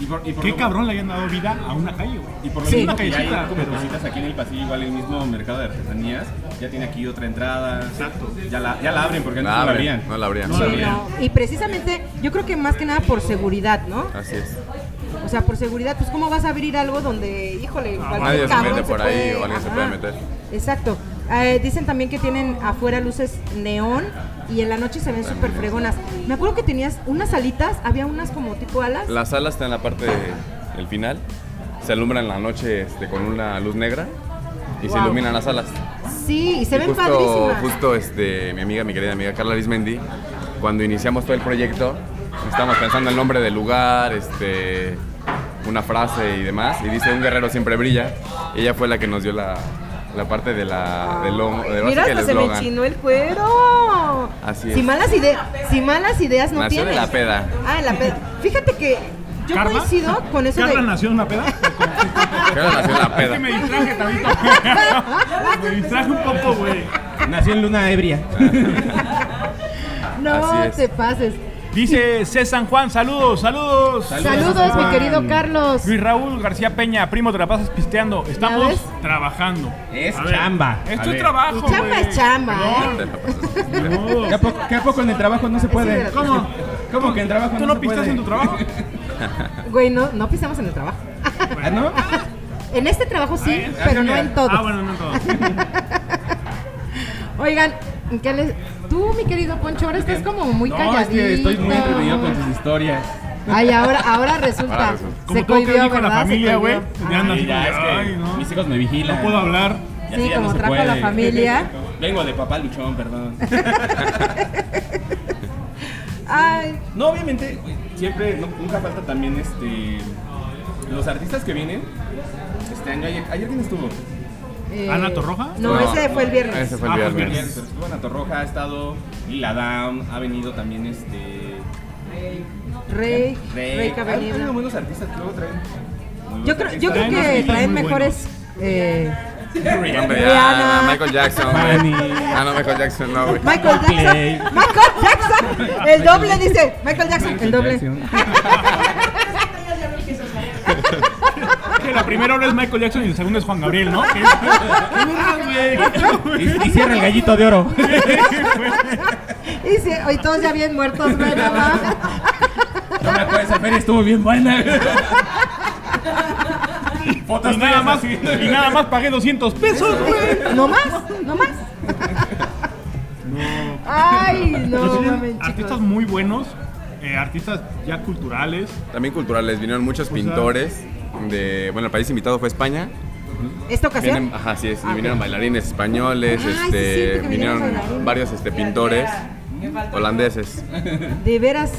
Speaker 6: Y por- y por
Speaker 4: qué
Speaker 6: lo-
Speaker 4: cabrón le hayan dado vida a una calle, güey.
Speaker 6: Y por lo
Speaker 2: Sí.
Speaker 6: mismo
Speaker 4: una
Speaker 6: que ya hay
Speaker 4: callecita,
Speaker 6: como
Speaker 4: pero
Speaker 6: cositas aquí en el pasillo, igual el mismo mercado de artesanías, ya tiene aquí otra entrada.
Speaker 4: Exacto.
Speaker 6: Ya la, ya la abren porque
Speaker 3: No
Speaker 6: antes
Speaker 3: la
Speaker 6: no la
Speaker 3: abrían.
Speaker 6: abrían.
Speaker 3: No la abrían.
Speaker 4: No la
Speaker 2: Sí,
Speaker 4: abrían.
Speaker 2: no. Y precisamente, yo creo que más que nada por seguridad, ¿no?
Speaker 3: Así es.
Speaker 2: O sea, por seguridad, pues cómo vas a abrir algo donde, híjole, cualquier
Speaker 4: nadie se
Speaker 2: cabrón
Speaker 3: Ah, mete por ahí
Speaker 2: puede-
Speaker 3: o alguien se
Speaker 2: ajá.
Speaker 3: puede meter.
Speaker 2: Exacto. Eh, dicen también que tienen afuera luces neón y en la noche se ven súper fregonas. Me acuerdo que tenías unas alitas, había unas como tipo alas.
Speaker 3: La sala está en la parte del final. Se alumbra en la noche este, con una luz negra y se
Speaker 2: Wow.
Speaker 3: iluminan las salas.
Speaker 2: Sí, y se
Speaker 3: Y
Speaker 2: ven
Speaker 3: justo,
Speaker 2: padrísimas.
Speaker 3: justo este, mi amiga, mi querida amiga Carla Arismendi, cuando iniciamos todo el proyecto, estábamos pensando el nombre del lugar, este, una frase y demás, y dice, un guerrero siempre brilla. Ella fue la que nos dio la, la parte de la, del lomo,
Speaker 2: Ay,
Speaker 3: de- ahora sí
Speaker 2: Mira,
Speaker 3: que
Speaker 2: hasta
Speaker 3: el
Speaker 2: se me
Speaker 3: eslogan.
Speaker 2: chinó el cuero.
Speaker 3: Así
Speaker 2: Si
Speaker 3: es.
Speaker 2: malas, ideas, si malas ideas no
Speaker 3: Nació de
Speaker 2: tienes.
Speaker 3: la peda.
Speaker 2: Ah, en la peda. Fíjate que yo
Speaker 4: ¿Karma?
Speaker 2: coincido con eso
Speaker 4: ¿Carla
Speaker 2: de...
Speaker 4: nació en una peda?
Speaker 3: Carla nació en la
Speaker 4: Es
Speaker 3: peda.
Speaker 4: que me distraje, Tabito. me distraje un poco, güey.
Speaker 5: Nació en luna ebria.
Speaker 2: No
Speaker 3: Así es.
Speaker 2: te pases.
Speaker 4: Dice C. San Juan, saludos, saludos.
Speaker 2: Saludos, mi querido Carlos.
Speaker 4: Luis Raúl García Peña, primo, te la pasas pisteando. Estamos
Speaker 2: ves?
Speaker 4: trabajando.
Speaker 5: Es
Speaker 4: A ver,
Speaker 5: chamba. A
Speaker 4: Esto es
Speaker 5: ver.
Speaker 4: trabajo.
Speaker 2: Y chamba
Speaker 4: güey.
Speaker 2: es chamba, ¿eh?
Speaker 4: Perdón.
Speaker 3: Te la pasas.
Speaker 4: Ni modo.
Speaker 6: ¿Qué a, poco, qué a poco en el trabajo no se
Speaker 2: Sí,
Speaker 6: puede?
Speaker 2: sí,
Speaker 4: ¿Cómo?
Speaker 6: ¿Cómo que en trabajo
Speaker 4: ¿Tú
Speaker 6: no
Speaker 4: no
Speaker 6: se
Speaker 4: pistas
Speaker 6: puede?
Speaker 4: en tu trabajo?
Speaker 2: Güey, no, no pisamos en el trabajo.
Speaker 6: ¿Ah, no?
Speaker 2: En este trabajo sí,
Speaker 4: Ah,
Speaker 2: pero no
Speaker 6: mira.
Speaker 2: en todo.
Speaker 4: Ah, bueno, no en todo.
Speaker 2: Oigan, ¿qué les... tú, mi querido Poncho, ahora estás como muy
Speaker 6: No, es
Speaker 2: calladito.
Speaker 6: que estoy muy entretenido con tus historias.
Speaker 2: Ay, ahora, ahora resulta.
Speaker 3: Ahora resulta.
Speaker 4: Como
Speaker 2: se
Speaker 4: todo
Speaker 2: cohibió,
Speaker 4: que dijo la
Speaker 2: ¿verdad? Se
Speaker 4: familia, güey.
Speaker 2: cohibió.
Speaker 4: Ya anda
Speaker 6: Y
Speaker 4: así como,
Speaker 6: ya, es que
Speaker 4: ay, no.
Speaker 6: mis hijos me vigilan.
Speaker 4: No puedo hablar.
Speaker 6: Y así
Speaker 2: Sí,
Speaker 6: ya
Speaker 2: como
Speaker 6: no se
Speaker 2: trajo a la
Speaker 6: puede.
Speaker 2: familia.
Speaker 6: Vengo de papá luchón, perdón.
Speaker 2: Ay,
Speaker 6: No, obviamente, güey, siempre, no- nunca falta también este. Los artistas que vienen. Este año, ayer, ayer quién estuvo?
Speaker 2: eh,
Speaker 4: ¿Ana Torroja?
Speaker 2: No, ese fue el viernes.
Speaker 3: Ese fue
Speaker 4: Ah,
Speaker 3: el
Speaker 4: fue el
Speaker 3: viernes.
Speaker 4: viernes.
Speaker 6: Estuvo en Atorroja, ha estado Lila Down, ha venido también este.
Speaker 2: Rey, Rey,
Speaker 6: Rey. Ah,
Speaker 2: Cabernet.
Speaker 6: traen buenos artistas que luego traen. Muy buenos
Speaker 2: Yo creo,
Speaker 6: artistas.
Speaker 2: yo creo
Speaker 4: Traen unos
Speaker 2: que
Speaker 4: hits
Speaker 2: traen
Speaker 4: muy
Speaker 2: mejores. eh,
Speaker 3: Hombre,
Speaker 4: pues,
Speaker 2: Rihanna.
Speaker 3: Rihanna, ah, Michael Jackson. güey. Ah, no, Michael Jackson no, güey.
Speaker 2: Michael Jackson. Michael Jackson. El doble dice. Michael Jackson, el doble. (laughs)
Speaker 4: Que la primera hora es Michael Jackson y la segunda es Juan Gabriel, ¿no? ¿Qué, qué burras, güey?
Speaker 5: Y, y cierra el gallito de oro.
Speaker 2: Y sí, hoy todos ya bien muertos, güey, no mames.
Speaker 6: (laughs) No me acuerdo, esa feria estuvo bien buena.
Speaker 4: Y nada más, y nada más pagué 200 pesos, güey.
Speaker 2: No más, no más. Ay,
Speaker 4: Pero
Speaker 2: no
Speaker 4: sí,
Speaker 2: mames,
Speaker 4: artistas
Speaker 2: chicos.
Speaker 4: muy buenos, eh, artistas ya culturales.
Speaker 3: También culturales, vinieron muchos
Speaker 4: Pues, ah.
Speaker 3: pintores de, bueno, el país invitado fue España.
Speaker 2: ¿Esta ocasión?
Speaker 3: Vienen, ajá, sí, es,
Speaker 2: Ah,
Speaker 3: vinieron
Speaker 2: ok.
Speaker 3: bailarines españoles,
Speaker 2: Ah, sí,
Speaker 3: este,
Speaker 2: cierto que vinieron
Speaker 3: vinieron
Speaker 2: bailarines.
Speaker 3: varios este, pintores holandeses. Ah,
Speaker 2: De veras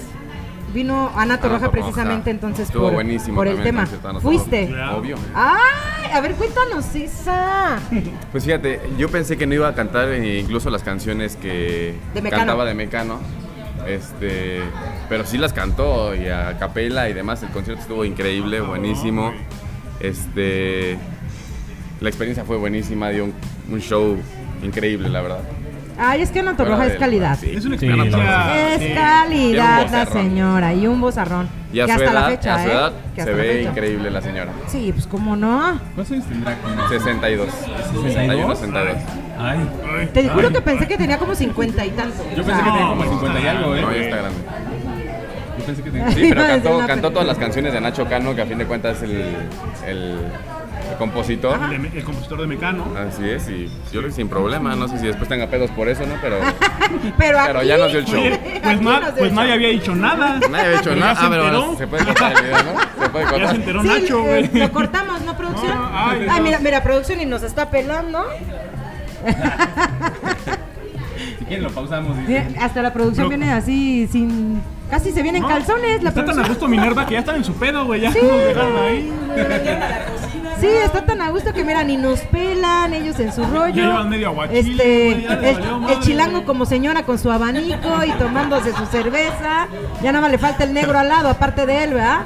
Speaker 2: vino Ana
Speaker 3: Ana
Speaker 2: Torroja
Speaker 3: Torroja.
Speaker 2: precisamente entonces
Speaker 3: Estuvo
Speaker 2: por,
Speaker 3: buenísimo
Speaker 2: por el
Speaker 3: también
Speaker 2: tema.
Speaker 3: conciertándonos.
Speaker 2: Fuiste.
Speaker 4: Claro.
Speaker 3: Obvio.
Speaker 2: Ay, a ver, cuéntanos esa.
Speaker 3: Pues fíjate, yo pensé que no iba a cantar eh, incluso las canciones que
Speaker 2: De Mecano.
Speaker 3: cantaba de Mecano. Este, pero sí las cantó y a capela y demás. El concierto estuvo increíble, buenísimo. Este, la experiencia fue buenísima, dio un, un show increíble, la verdad.
Speaker 2: Ay, es que Ana
Speaker 3: Fuera
Speaker 2: Torroja es
Speaker 3: del-
Speaker 2: calidad.
Speaker 3: sí.
Speaker 4: Es una
Speaker 5: Sí,
Speaker 4: experiencia.
Speaker 5: la
Speaker 2: Es
Speaker 4: Ah, sí.
Speaker 2: calidad
Speaker 3: Y un
Speaker 2: la
Speaker 3: vozarrón.
Speaker 2: señora y un bozarrón.
Speaker 3: Y a
Speaker 2: Que
Speaker 3: su
Speaker 2: hasta la
Speaker 3: edad,
Speaker 2: fecha,
Speaker 3: a su
Speaker 2: ¿eh?
Speaker 3: edad
Speaker 2: Que
Speaker 3: se
Speaker 2: hasta la
Speaker 3: ve
Speaker 2: fecha.
Speaker 3: increíble la señora.
Speaker 2: Sí, pues cómo no.
Speaker 6: ¿Cuántos años tendrá? Como
Speaker 3: 62. 61, 62.
Speaker 6: Ay,
Speaker 2: Te juro que pensé que tenía como 50 y tanto.
Speaker 6: yo pensé
Speaker 2: O sea,
Speaker 6: Pues que tenía
Speaker 4: No,
Speaker 6: como 50 y algo, ¿eh?
Speaker 3: No, ya
Speaker 2: (laughs)
Speaker 3: está grande.
Speaker 6: Yo pensé que tenía...
Speaker 3: Sí, pero
Speaker 2: Iba a decir
Speaker 3: cantó,
Speaker 2: una
Speaker 3: cantó
Speaker 2: pendejada.
Speaker 3: todas las canciones de Nacho Cano, que a fin de cuentas es el, el- el compositor.
Speaker 4: de Me- el compositor de Mecano.
Speaker 2: (laughs)
Speaker 3: Así es, y yo lo hice sin problema. No sé si después tenga pedos por eso, ¿no?
Speaker 2: (laughs)
Speaker 3: Pero
Speaker 2: Pero,
Speaker 3: Pero
Speaker 2: aquí-
Speaker 3: ya nos dio el show.
Speaker 4: Oye, pues,
Speaker 2: aquí
Speaker 4: na-
Speaker 2: nos dio
Speaker 4: pues
Speaker 2: el
Speaker 4: nadie
Speaker 2: show.
Speaker 4: había dicho nada.
Speaker 3: nadie había hecho
Speaker 4: Pero
Speaker 3: nada.
Speaker 4: Ya se
Speaker 3: Ah,
Speaker 4: enteró.
Speaker 3: pero se puede cortar el video, ¿no? Se puede
Speaker 4: Ya se
Speaker 3: cortar.
Speaker 4: enteró
Speaker 2: Sí,
Speaker 4: Nacho,
Speaker 2: eh,
Speaker 4: güey.
Speaker 2: lo cortamos, ¿no, producción?
Speaker 4: No,
Speaker 2: Ah, ay,
Speaker 4: ay, no.
Speaker 2: mira, mira, producción y nos está pelando.
Speaker 6: Si quieren lo pausamos. y-
Speaker 2: Mira, Hasta la producción
Speaker 4: Pero-
Speaker 2: viene así, sin. Casi se vienen
Speaker 4: No,
Speaker 2: calzones. La
Speaker 4: Está tan a
Speaker 2: producción.
Speaker 4: gusto Minerva que ya están en su pedo, güey. Ya nos dejaron ahí.
Speaker 2: Sí, está tan a gusto que mira, ni nos pelan, ellos en su rollo.
Speaker 4: llevan medio aguachile,
Speaker 2: Este,
Speaker 4: güey, ya
Speaker 2: el,
Speaker 4: les valió
Speaker 2: el
Speaker 4: madre,
Speaker 2: chilango
Speaker 4: güey.
Speaker 2: como señora con su abanico y tomándose su cerveza. Ya nada más le falta el negro al lado, aparte de él, ¿verdad?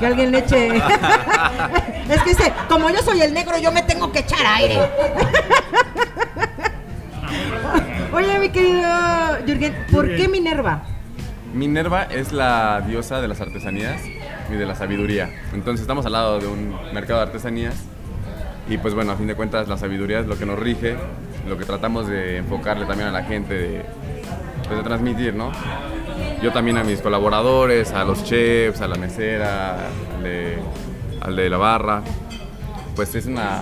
Speaker 2: Que alguien le eche. (laughs) es que dice, como yo soy el negro, yo me tengo que echar aire. (laughs) Oye, mi querido Jürgen, ¿por qué
Speaker 4: Jürgen.
Speaker 2: Minerva?
Speaker 3: Minerva es la diosa de las artesanías y de la sabiduría. Entonces estamos al lado de un mercado de artesanías y pues bueno, a fin de cuentas la sabiduría es lo que nos rige, lo que tratamos de enfocarle también a la gente, de, pues, de transmitir, ¿no? Yo también a mis colaboradores, a los chefs, a la mesera, al de, al de la barra. Pues es una,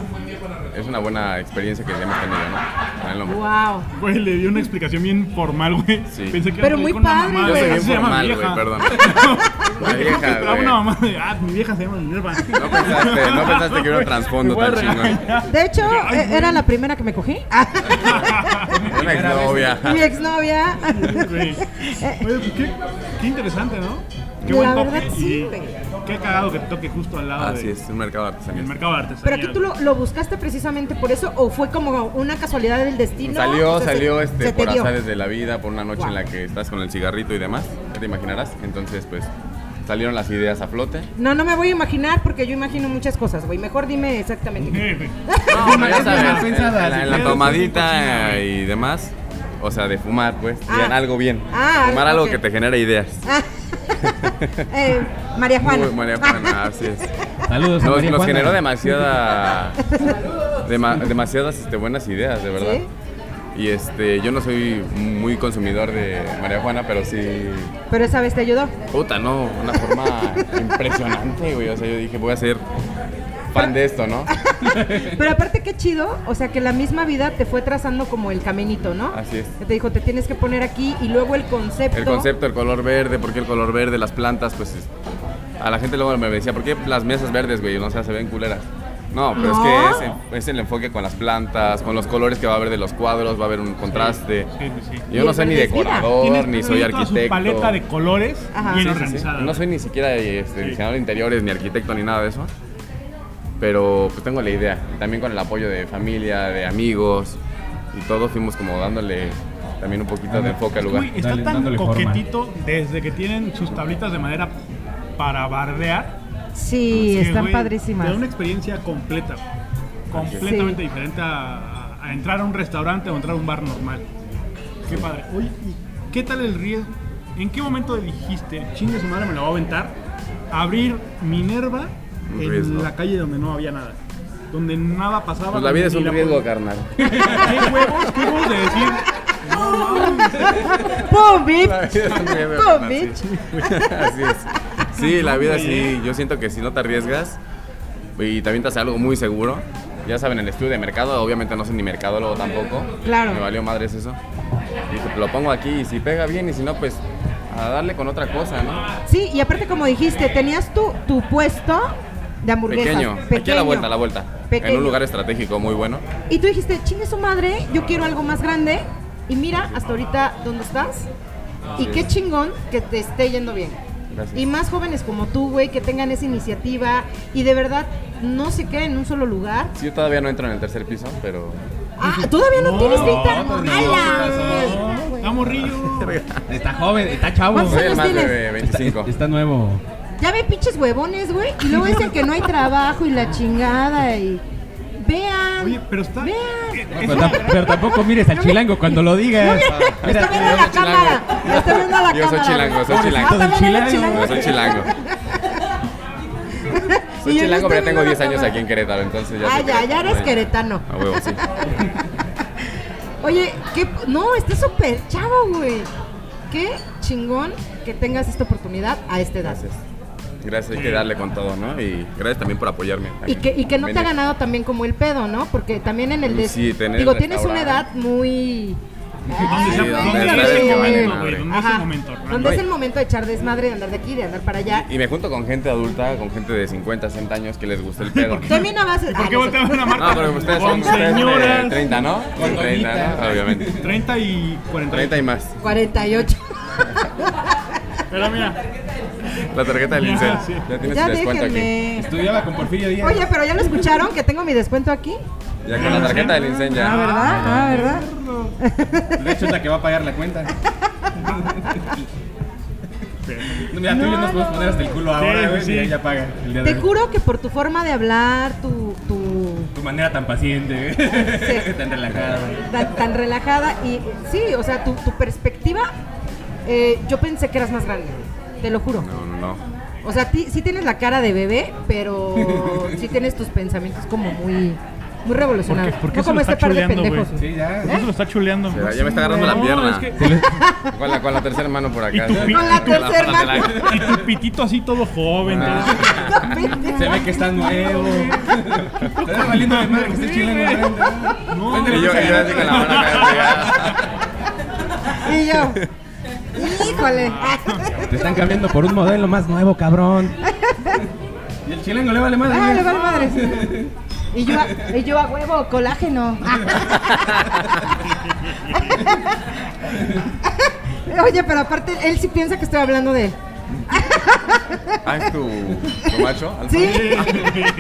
Speaker 3: es una buena experiencia que hemos tenido, ¿no? Con el nombre.
Speaker 2: Wow.
Speaker 4: Güey, le di una explicación bien formal, güey.
Speaker 3: Sí.
Speaker 4: Pensé que
Speaker 2: Pero
Speaker 4: iba a
Speaker 2: muy
Speaker 4: con una
Speaker 2: padre,
Speaker 4: mamada.
Speaker 3: Yo
Speaker 2: güey.
Speaker 3: soy bien
Speaker 4: Se llama
Speaker 3: formal,
Speaker 4: vieja.
Speaker 3: güey,
Speaker 4: (laughs)
Speaker 3: perdón. La
Speaker 4: Güey,
Speaker 3: vieja,
Speaker 4: te traba
Speaker 3: güey.
Speaker 4: una mamá de, ah, mi vieja se llama Minerva.
Speaker 3: No pensaste, no pensaste que hubiera un trasfondo
Speaker 4: Me voy a
Speaker 3: tan chingón.
Speaker 4: regañar.
Speaker 2: De hecho,
Speaker 4: Ay,
Speaker 2: eh, era la primera que me cogí. (laughs)
Speaker 3: Una exnovia. (laughs)
Speaker 2: mi exnovia.
Speaker 4: Güey. Oye, pues, qué, qué interesante, ¿no? Qué
Speaker 2: La verdad,
Speaker 4: toque
Speaker 2: sí,
Speaker 4: y
Speaker 2: güey.
Speaker 4: Qué cagado que te toque justo al lado
Speaker 3: Así
Speaker 4: de-
Speaker 3: es, un mercado de artesanías.
Speaker 4: del mercado de artesanías.
Speaker 2: Pero aquí tú lo, lo buscaste precisamente por eso o fue como una casualidad del destino.
Speaker 3: Salió,
Speaker 2: O sea, se-
Speaker 3: salió
Speaker 2: se
Speaker 3: este,
Speaker 2: te
Speaker 3: por
Speaker 2: dio.
Speaker 3: azares de la vida, por una noche
Speaker 2: Guau.
Speaker 3: en la que estás con el cigarrito y demás, ya te imaginarás. Entonces, pues, salieron las ideas
Speaker 2: (laughs)
Speaker 3: a flote.
Speaker 2: No, no me voy a imaginar porque yo imagino muchas cosas, güey. Mejor dime exactamente.
Speaker 4: Sí, güey.
Speaker 3: No,
Speaker 6: pero ya sabes, en-
Speaker 3: en, la- en la tomadita eh, y demás. O sea, de fumar, pues,
Speaker 2: Ah.
Speaker 3: bien, algo bien.
Speaker 2: Ah,
Speaker 3: fumar
Speaker 2: algo
Speaker 3: algo
Speaker 2: bien.
Speaker 3: que te genere ideas.
Speaker 2: Eh, María Juana.
Speaker 3: Muy María Juana,
Speaker 2: (laughs)
Speaker 3: así es.
Speaker 5: Saludos a
Speaker 3: Nos,
Speaker 5: María
Speaker 3: nos
Speaker 5: Juana.
Speaker 3: generó demasiada, dema- demasiadas este, buenas ideas, de verdad. Y este, yo no soy muy consumidor de María Juana, pero sí
Speaker 2: Pero esa vez te ayudó.
Speaker 3: Puta, no, una forma impresionante, güey. O sea, yo dije, voy a ser fan de esto, ¿no?
Speaker 2: Pero aparte qué chido, o sea que la misma vida te fue trazando como el caminito, ¿no?
Speaker 3: Así es.
Speaker 2: Que Te dijo, te tienes que poner aquí y luego el concepto.
Speaker 3: El concepto, el color verde, porque el color verde, las plantas, pues es- a la gente luego me decía, ¿por qué las mesas verdes, güey? No sé, se ven culeras. No, pero es
Speaker 2: No.
Speaker 3: que es, el- es el enfoque con las plantas, con los colores que va a haber de los cuadros, va a haber un contraste.
Speaker 4: Sí, sí, sí.
Speaker 3: Yo
Speaker 2: Y
Speaker 3: no
Speaker 2: el
Speaker 3: soy ni
Speaker 2: verde es vida.
Speaker 3: decorador,
Speaker 4: Tienes
Speaker 3: ni soy
Speaker 4: toda su paleta de
Speaker 3: arquitecto.
Speaker 4: colores
Speaker 2: Ajá.
Speaker 4: bien
Speaker 2: Sí, sí, sí.
Speaker 4: organizada.
Speaker 3: No soy ni siquiera este,
Speaker 4: Sí.
Speaker 3: diseñador de interiores, ni arquitecto, ni nada de eso. Pero pues tengo la idea. Y también con el apoyo de familia, de amigos y todos fuimos como dándole también un poquito de enfoque al lugar.
Speaker 4: Güey, está
Speaker 6: Dale,
Speaker 4: tan
Speaker 6: dándole forma.
Speaker 4: coquetito desde que tienen sus tablitas de madera para bardear.
Speaker 2: Sí,
Speaker 4: que,
Speaker 2: están
Speaker 4: güey,
Speaker 2: padrísimas.
Speaker 4: Te da una experiencia completa. güey. Completamente
Speaker 2: Sí.
Speaker 4: diferente a, a entrar a un restaurante o entrar a un bar normal. Qué padre. Oye, ¿y ¿qué tal el riesgo? ¿En qué momento dijiste, chingue su madre, me la voy a aventar? Abrir Minerva
Speaker 3: Un
Speaker 4: en
Speaker 3: riesgo.
Speaker 4: la calle donde no había nada. Donde nada pasaba.
Speaker 3: Pues la vida es
Speaker 4: donde
Speaker 3: un
Speaker 4: ni
Speaker 3: riesgo,
Speaker 4: policía-
Speaker 3: carnal.
Speaker 4: (laughs) ¿Qué huevos? ¿Qué huevos
Speaker 2: (laughs)
Speaker 4: de decir? No, mames.
Speaker 2: ¡Pum, bitch!
Speaker 3: La vida es
Speaker 2: (laughs)
Speaker 3: un riesgo,
Speaker 2: ¡Pum,
Speaker 3: carnal,
Speaker 2: Oh, bitch!
Speaker 3: sí. (laughs) Así es. Sí, la vida sí. Yo siento que si no te arriesgas y te avientas a algo muy seguro, ya saben, el estudio de mercado, obviamente no soy ni mercadólogo tampoco.
Speaker 2: Claro.
Speaker 3: Me valió madres eso. Dije, lo pongo aquí y si pega bien y si no, pues a darle con otra cosa, ¿no?
Speaker 2: Sí, y aparte como dijiste, tenías tu, tu puesto de hamburguesas.
Speaker 3: Pequeño, aquí a la vuelta, a la vuelta. En
Speaker 2: Pequeño.
Speaker 3: un lugar estratégico muy bueno.
Speaker 2: Y tú dijiste, chingue su madre, yo quiero algo más grande. Y mira hasta ahorita dónde estás. Y qué chingón que te esté yendo bien.
Speaker 3: Gracias.
Speaker 2: Y más jóvenes como tú, güey, que tengan esa iniciativa y de verdad no se queden en un solo lugar.
Speaker 3: Sí, yo todavía no entro en el tercer piso, pero
Speaker 6: (laughs)
Speaker 2: Ah, todavía no, tienes 30.
Speaker 6: no,
Speaker 2: ¡A la
Speaker 6: no,
Speaker 2: verga, güey!
Speaker 4: Está
Speaker 3: (laughs)
Speaker 4: morrillo.
Speaker 6: Está joven, está chavo.
Speaker 2: ¿Cuántos
Speaker 3: soy
Speaker 2: años
Speaker 3: el más de
Speaker 2: Pues tienes?
Speaker 3: 25.
Speaker 6: Está, está
Speaker 2: (laughs)
Speaker 6: nuevo.
Speaker 2: Ya ve pinches huevones, güey. Y luego dicen que no hay trabajo y la chingada y. Vean.
Speaker 4: Oye, pero está.
Speaker 2: Vean.
Speaker 4: Eh,
Speaker 6: Pero, tam- pero tampoco mires al
Speaker 2: No me-
Speaker 6: chilango cuando lo digas.
Speaker 2: Está
Speaker 6: Mira,
Speaker 2: viendo la cámara. Ya estoy viendo a la
Speaker 3: Yo soy
Speaker 2: cámara.
Speaker 3: chilango, soy
Speaker 2: Ah,
Speaker 3: chilango.
Speaker 2: ¿también eres
Speaker 6: Chilango.
Speaker 3: No, soy
Speaker 2: Y
Speaker 3: chilango. Soy
Speaker 2: yo no
Speaker 3: chilango,
Speaker 2: estoy
Speaker 3: pero ya tengo
Speaker 2: viendo la
Speaker 3: 10 años
Speaker 2: cámara.
Speaker 3: aquí en Querétaro, entonces ya.
Speaker 2: Ah,
Speaker 3: soy
Speaker 2: ya, ya eres
Speaker 3: Ay.
Speaker 2: queretano.
Speaker 3: A huevo, sí.
Speaker 2: Oye, ¿qué? no, está súper chavo, güey. Qué chingón que tengas esta oportunidad a esta edad.
Speaker 3: Gracias. Gracias, hay que darle con todo, ¿no? Y gracias también por apoyarme.
Speaker 2: Y que, y que no te ha
Speaker 3: Venir.
Speaker 2: ganado también como el pedo, ¿no? Porque también en el...
Speaker 3: Y
Speaker 2: de-
Speaker 3: sí, tener
Speaker 2: digo, tienes una edad
Speaker 3: restaurante.
Speaker 2: muy... Ah,
Speaker 4: ¿Dónde,
Speaker 3: Sí,
Speaker 4: se-
Speaker 2: Ay,
Speaker 3: ¿dónde
Speaker 4: dónde
Speaker 2: güey.
Speaker 3: está
Speaker 4: es el
Speaker 3: que vale
Speaker 4: momento,
Speaker 3: madre?
Speaker 4: güey? ¿Dónde es
Speaker 2: Ajá.
Speaker 4: el momento? Hernán?
Speaker 2: ¿Dónde es
Speaker 3: Oye.
Speaker 2: el momento de echar desmadre, de andar de aquí, de andar para allá?
Speaker 3: Y me junto con gente adulta, con gente de 50, 60 años que les gusta
Speaker 2: (laughs)
Speaker 3: el pedo.
Speaker 2: Tú a mí no vas a...
Speaker 4: ¿Por
Speaker 2: Ah,
Speaker 4: qué
Speaker 2: no sé.
Speaker 4: volteaban a
Speaker 3: pues, eh. No,
Speaker 4: Marta?
Speaker 3: pero ustedes son
Speaker 4: Con
Speaker 3: ustedes eh, de
Speaker 4: señoras.
Speaker 3: 30, ¿no? Con 30, ¿no? Obviamente.
Speaker 4: 30 y 40.
Speaker 3: 30 y más.
Speaker 2: 48.
Speaker 4: Pero mira,
Speaker 3: La tarjeta del
Speaker 4: Ya,
Speaker 3: Incel.
Speaker 4: sí.
Speaker 3: Ya tienes
Speaker 2: ya
Speaker 3: tu descuento aquí.
Speaker 2: déjenme.
Speaker 6: Estudiaba con Porfirio Díaz.
Speaker 2: Oye, pero ya lo escucharon que tengo mi descuento aquí.
Speaker 3: Ya con la tarjeta del Incel ya.
Speaker 2: Ah, ¿verdad? Ah, ¿verdad?
Speaker 6: De hecho, es la que va a pagar la
Speaker 2: (laughs)
Speaker 6: cuenta. No, Mira, tú y yo nos podemos poner hasta el culo ahora, güey.
Speaker 4: sí.
Speaker 6: Y ella paga el día de
Speaker 2: Te
Speaker 6: hoy.
Speaker 2: juro que por tu forma de hablar, tu, tu
Speaker 6: Tu manera tan paciente,
Speaker 2: Sí.
Speaker 6: güey. (laughs) tan relajada, güey.
Speaker 2: tan, tan relajada y sí, o sea, tu, tu perspectiva, eh, yo pensé que eras más grande, te lo juro.
Speaker 3: No, no, no.
Speaker 2: O sea, ti- sí tienes la cara de bebé,
Speaker 4: (laughs)
Speaker 2: pero sí tienes tus pensamientos como muy, muy revolucionarios.
Speaker 4: ¿Por qué
Speaker 2: no
Speaker 4: se lo
Speaker 2: como este
Speaker 4: está
Speaker 2: par de
Speaker 4: chuleando,
Speaker 2: pendejos.
Speaker 4: güey?
Speaker 6: Sí,
Speaker 2: (laughs)
Speaker 6: ya.
Speaker 4: ¿no se lo está chuleando?
Speaker 3: Ya, ya me está agarrando la
Speaker 4: No,
Speaker 3: pierna.
Speaker 4: es que-
Speaker 3: (laughs) Con la, con la tercera mano por
Speaker 4: Y
Speaker 3: acá.
Speaker 4: tu,
Speaker 3: ¿sí?
Speaker 4: pi-
Speaker 2: Con la
Speaker 4: y tu-
Speaker 2: tercera
Speaker 3: con la-
Speaker 2: mano.
Speaker 3: con la-
Speaker 4: y tu pitito así todo joven.
Speaker 3: Ah.
Speaker 4: todo-
Speaker 6: Se ve que está
Speaker 2: (laughs)
Speaker 6: nuevo. Te está valiendo de madre que esté chile en el
Speaker 4: No,
Speaker 3: Y yo, y yo así con la mano acá. pegada.
Speaker 2: Y yo,
Speaker 4: (laughs)
Speaker 2: híjole.
Speaker 6: Te están cambiando por un modelo más nuevo, cabrón. Y el chilengo le vale madre.
Speaker 2: Ah, le
Speaker 6: güey. (laughs)
Speaker 2: vale
Speaker 4: (laughs)
Speaker 2: madre. Y yo, a- y yo a huevo, colágeno. (laughs) Oye, pero aparte, él sí piensa que estoy hablando de él.
Speaker 3: Ah, es tu, tu macho. Alfa?
Speaker 2: Sí.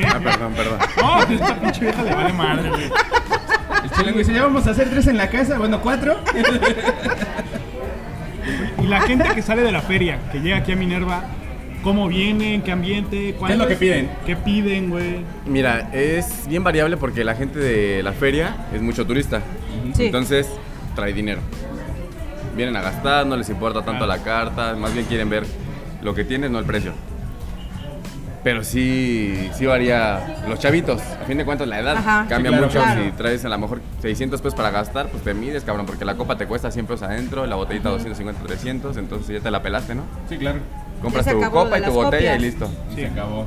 Speaker 3: Ah, perdón, perdón.
Speaker 4: No, esta pinche vieja le vale madre, güey.
Speaker 6: El chilengo dice, ya vamos a hacer tres en la casa. Bueno, cuatro.
Speaker 4: Y la gente que sale de la feria, que llega aquí a Minerva, ¿cómo vienen? ¿Qué ambiente? ¿Cuál
Speaker 6: ¿Qué es lo que piden?
Speaker 4: ¿Qué piden, güey?
Speaker 3: Mira, es bien variable porque la gente de la feria es mucho turista.
Speaker 2: Sí.
Speaker 3: Entonces, trae dinero. Vienen a gastar, no les importa tanto
Speaker 2: Ah.
Speaker 3: la carta, más bien quieren ver lo que tienes, no el precio. Pero sí, sí varía los chavitos. A fin de cuentas, la edad
Speaker 2: Ajá.
Speaker 3: cambia
Speaker 6: Sí, claro,
Speaker 3: mucho.
Speaker 2: claro.
Speaker 3: Si traes a lo mejor 600 pesos para gastar, pues te mides, cabrón, porque la copa te cuesta 100 pesos adentro, la botellita 250, 300, entonces ya te la pelaste, ¿no?
Speaker 6: Sí, claro.
Speaker 3: Compras
Speaker 2: se
Speaker 3: tu
Speaker 2: acabó lo
Speaker 3: copa
Speaker 2: de
Speaker 3: y tu
Speaker 2: las
Speaker 3: botella
Speaker 2: copias.
Speaker 3: y listo.
Speaker 6: Se acabó.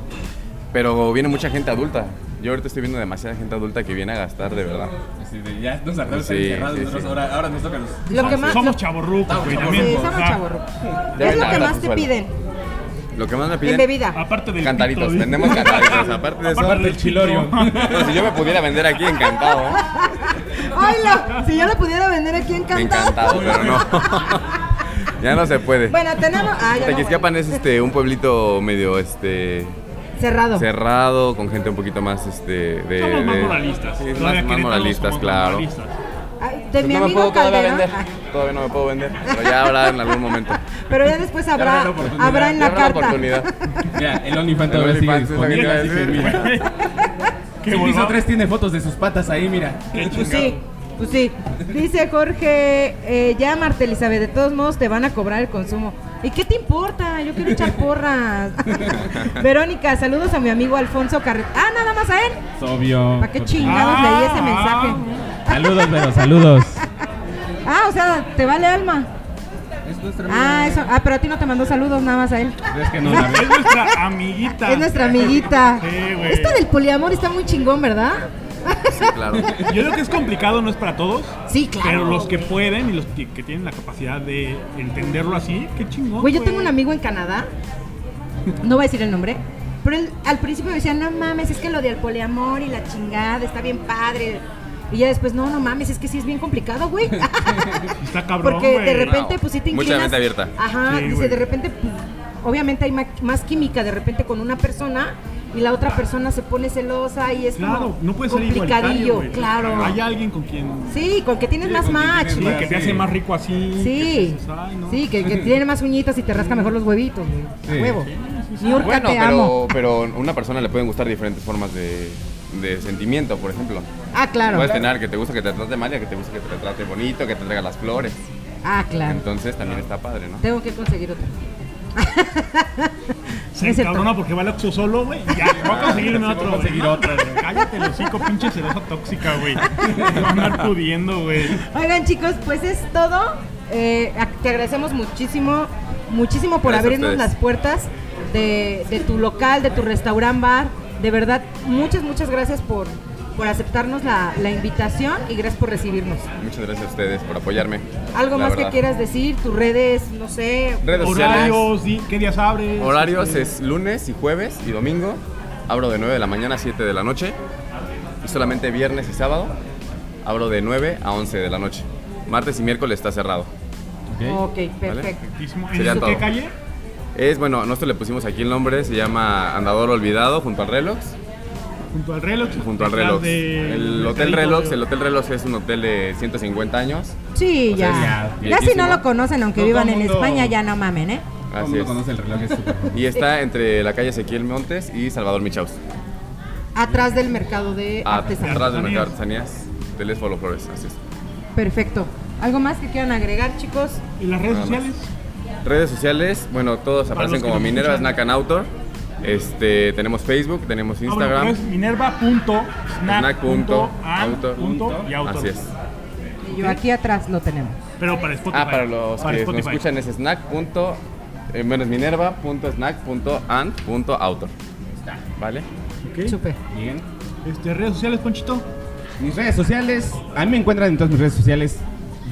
Speaker 3: Pero viene mucha gente adulta. Yo ahorita estoy viendo demasiada gente adulta que viene a gastar de verdad.
Speaker 6: Así de, ya nos hartamos
Speaker 3: Sí,
Speaker 6: de estar encerrados.
Speaker 3: sí,
Speaker 6: nosotros
Speaker 3: sí.
Speaker 6: ahora, ahora nos toca los...
Speaker 2: Lo que más.
Speaker 4: Somos chavorrucos,
Speaker 6: Estamos
Speaker 4: güey,
Speaker 2: Sí,
Speaker 4: también.
Speaker 6: chavorrucos.
Speaker 4: o
Speaker 2: somos
Speaker 4: sea,
Speaker 2: chavorrucos. ¿Qué
Speaker 3: Ya
Speaker 2: es lo
Speaker 3: ven
Speaker 2: que
Speaker 3: a
Speaker 2: más
Speaker 3: su
Speaker 2: te
Speaker 3: sueldo.
Speaker 2: piden
Speaker 3: Lo que más me
Speaker 2: en
Speaker 3: piden
Speaker 2: bebida?
Speaker 4: Aparte del
Speaker 3: cantaritos.
Speaker 4: pito,
Speaker 3: Vendemos
Speaker 4: dice.
Speaker 3: cantaritos. Aparte de eso,
Speaker 6: Aparte del chilorio.
Speaker 4: (laughs)
Speaker 3: no, si yo me pudiera vender aquí, encantado. ¿eh?
Speaker 4: pues, ah,
Speaker 2: Oilo, si yo lo pudiera vender aquí en Cantar.
Speaker 3: Encantado, pero no. ya no se
Speaker 2: (laughs)
Speaker 3: puede.
Speaker 2: Bueno, tenemos. Ah, ya no,
Speaker 3: Tequisquiapan es este un pueblito medio este
Speaker 2: bueno. Cerrado.
Speaker 3: cerrado con gente un poquito más este de,
Speaker 4: Somos más
Speaker 3: de-
Speaker 4: moralistas.
Speaker 3: Sí,
Speaker 4: Todavía
Speaker 3: más, más
Speaker 4: queretanos
Speaker 3: moralistas,
Speaker 4: somos
Speaker 3: claro.
Speaker 4: moralistas.
Speaker 2: Ay, de Pues mi
Speaker 3: Pues no me
Speaker 2: amigo
Speaker 3: puedo todavía
Speaker 2: Calderón.
Speaker 3: vender.
Speaker 2: Ah,
Speaker 3: Todavía no me puedo vender, pero ya habrá en algún momento.
Speaker 2: (laughs) Pero ya después habrá,
Speaker 6: habrá la oportunidad,
Speaker 2: habrá en
Speaker 3: Ya
Speaker 2: la
Speaker 3: habrá
Speaker 2: carta.
Speaker 3: oportunidad.
Speaker 6: Mira, el OnlyFans
Speaker 3: El
Speaker 6: todavía sigue
Speaker 3: OnlyFans es lo que
Speaker 6: disponible.
Speaker 3: te iba a
Speaker 6: así que
Speaker 3: decir.
Speaker 6: mira.
Speaker 4: Que
Speaker 6: El piso
Speaker 4: volvamos-
Speaker 6: 3 tiene fotos de sus patas ahí, mira.
Speaker 2: Pues sí, pues sí. Dice Jorge, eh, ya Marta Elizabeth, de todos modos te van a cobrar el consumo. ¿Y qué te importa? Yo quiero
Speaker 4: (laughs)
Speaker 2: echar porras. (laughs) Verónica, saludos a mi amigo Alfonso Carret. Ah, nada más a él.
Speaker 6: Es obvio.
Speaker 2: ¿Para qué chingados
Speaker 4: Ah,
Speaker 2: leí ese mensaje?
Speaker 6: Saludos, Vero, saludos.
Speaker 2: Ah, o sea, te vale alma.
Speaker 6: Es nuestra
Speaker 2: Ah, eso. Ah, pero a ti no te mandó saludos nada más a él.
Speaker 6: Es que no la
Speaker 4: Es nuestra amiguita.
Speaker 2: Es nuestra amiguita.
Speaker 4: Sí, güey.
Speaker 2: Esto del poliamor está muy chingón, ¿verdad?
Speaker 3: Sí, claro.
Speaker 4: Yo creo que es complicado, no es para todos.
Speaker 2: Sí, claro.
Speaker 4: Pero los que pueden y los que, que tienen la capacidad de entenderlo así, qué chingón.
Speaker 2: Güey, yo tengo un amigo en Canadá, no voy a decir el nombre, pero él al principio me decía, no mames, es que lo del poliamor y la chingada está bien padre. Y ya después, no, no mames, es que sí es bien complicado,
Speaker 4: (laughs)
Speaker 2: güey. (laughs)
Speaker 4: Está cabrón,
Speaker 2: Porque de
Speaker 4: güey.
Speaker 2: repente,
Speaker 3: No,
Speaker 2: pues sí te
Speaker 3: mucha
Speaker 2: inclinas.
Speaker 3: mente abierta.
Speaker 2: Ajá,
Speaker 4: Sí,
Speaker 2: dice,
Speaker 4: güey.
Speaker 2: de repente, pues, obviamente hay ma- más química de repente con una persona y la otra persona se pone celosa y es
Speaker 4: Claro,
Speaker 2: como
Speaker 4: no puede ser igualitario,
Speaker 2: complicadillo,
Speaker 4: güey.
Speaker 2: claro.
Speaker 4: Hay alguien con quien
Speaker 2: Sí, con que tienes
Speaker 6: Sí,
Speaker 2: más
Speaker 6: con que
Speaker 2: match.
Speaker 6: tienes
Speaker 4: Sí,
Speaker 6: Bueno,
Speaker 4: que te
Speaker 6: sí.
Speaker 4: hace más rico así. que
Speaker 2: Sí,
Speaker 4: dices, ay, no.
Speaker 2: sí, que, que tiene más uñitas y te rasca mejor los huevitos, güey.
Speaker 6: Sí.
Speaker 2: Huevo. Niurka,
Speaker 3: Bueno,
Speaker 2: te amo.
Speaker 3: pero, pero a una persona le pueden gustar diferentes formas de, de sentimiento, por ejemplo.
Speaker 2: Ah, claro.
Speaker 3: Puedes tener que te gusta que te trate mal y a que te gusta que te trate bonito, que te traiga las flores.
Speaker 2: Ah, claro.
Speaker 3: Entonces también está padre, ¿no?
Speaker 2: Tengo que conseguir otro.
Speaker 4: Se
Speaker 2: Es cierto.
Speaker 4: encabrona porque va al Oxxo solo, güey. Ya,
Speaker 2: (laughs)
Speaker 4: voy a conseguirme
Speaker 6: Sí, voy a
Speaker 4: otro. güey.
Speaker 6: conseguir
Speaker 4: No,
Speaker 6: otra, güey.
Speaker 4: Cállate, los cinco pinches celosa tóxica,
Speaker 3: (laughs)
Speaker 4: güey. Te van a andar pudiendo, güey.
Speaker 2: Oigan, chicos, pues es todo. Eh, a- te agradecemos muchísimo, muchísimo por
Speaker 3: Gracias a
Speaker 2: abrirnos
Speaker 3: ustedes.
Speaker 2: las puertas de, de tu local, de tu restaurant bar. De verdad, muchas, muchas gracias por, por aceptarnos la, la invitación y gracias por recibirnos.
Speaker 3: Muchas gracias a ustedes por apoyarme.
Speaker 2: ¿Algo
Speaker 3: la
Speaker 2: más
Speaker 3: verdad.
Speaker 2: que quieras decir? ¿Tus redes? No sé.
Speaker 3: Redes sociales.
Speaker 4: Horarios, di- ¿qué días abres?
Speaker 3: Horarios
Speaker 4: Este,
Speaker 3: es lunes y jueves y domingo. Abro de 9 de la mañana a 7 de la noche. Y solamente viernes y sábado abro de 9 a 11 de la noche. Martes y miércoles está cerrado.
Speaker 2: Ok, perfecto.
Speaker 4: perfectísimo. ¿En
Speaker 3: Sería
Speaker 4: esto qué
Speaker 3: todo.
Speaker 4: calle?
Speaker 3: Es bueno, nosotros le pusimos aquí el nombre, se llama Andador Olvidado junto al Relox.
Speaker 4: Junto al reloj.
Speaker 3: Junto al
Speaker 4: detrás
Speaker 3: Relox.
Speaker 4: de-
Speaker 3: El
Speaker 4: del
Speaker 3: Hotel
Speaker 4: mercadito
Speaker 3: Relox,
Speaker 4: de-
Speaker 3: el Hotel Relox es un hotel de 150 años.
Speaker 2: Sí,
Speaker 3: O
Speaker 2: ya.
Speaker 3: sea, es
Speaker 2: Ya si no
Speaker 3: viejísimo.
Speaker 2: lo conocen, aunque
Speaker 6: Todo
Speaker 2: vivan en
Speaker 6: mundo-
Speaker 2: España, ya no mamen, ¿eh?
Speaker 6: Todo el
Speaker 3: Así
Speaker 6: mundo
Speaker 3: es.
Speaker 6: conoce el reloj, es súper
Speaker 3: Y está entre la calle Ezequiel Montes y Salvador Michaus.
Speaker 2: Atrás del mercado de
Speaker 3: Ah,
Speaker 2: artesanías.
Speaker 3: Atrás del mercado de artesanías del Esfolo Flores. Así es.
Speaker 2: Perfecto. ¿Algo más que quieran agregar, chicos?
Speaker 4: ¿Y las redes
Speaker 3: Nada más.
Speaker 4: sociales?
Speaker 3: Redes sociales, bueno, todos
Speaker 4: Para los
Speaker 3: aparecen
Speaker 4: que
Speaker 3: como
Speaker 4: nos
Speaker 3: Minerva
Speaker 4: escuchan.
Speaker 3: Snack and Outdoor. Este, tenemos Facebook, tenemos
Speaker 4: Ah, bueno,
Speaker 3: Instagram.
Speaker 4: pero es minerva.snack.autor. Y autor.
Speaker 3: Así es.
Speaker 2: Y yo aquí atrás lo tenemos.
Speaker 4: Pero para Spotify.
Speaker 3: Ah, para los
Speaker 4: Para
Speaker 3: que nos
Speaker 4: Spotify.
Speaker 3: escuchan es snack. punto, eh, menos Minerva punto snack punto and punto autor. ¿Vale?
Speaker 4: Ok.
Speaker 2: Súper.
Speaker 6: bien.
Speaker 4: Este, redes sociales, Ponchito.
Speaker 6: Mis redes sociales, a mí me encuentran en todas mis redes sociales: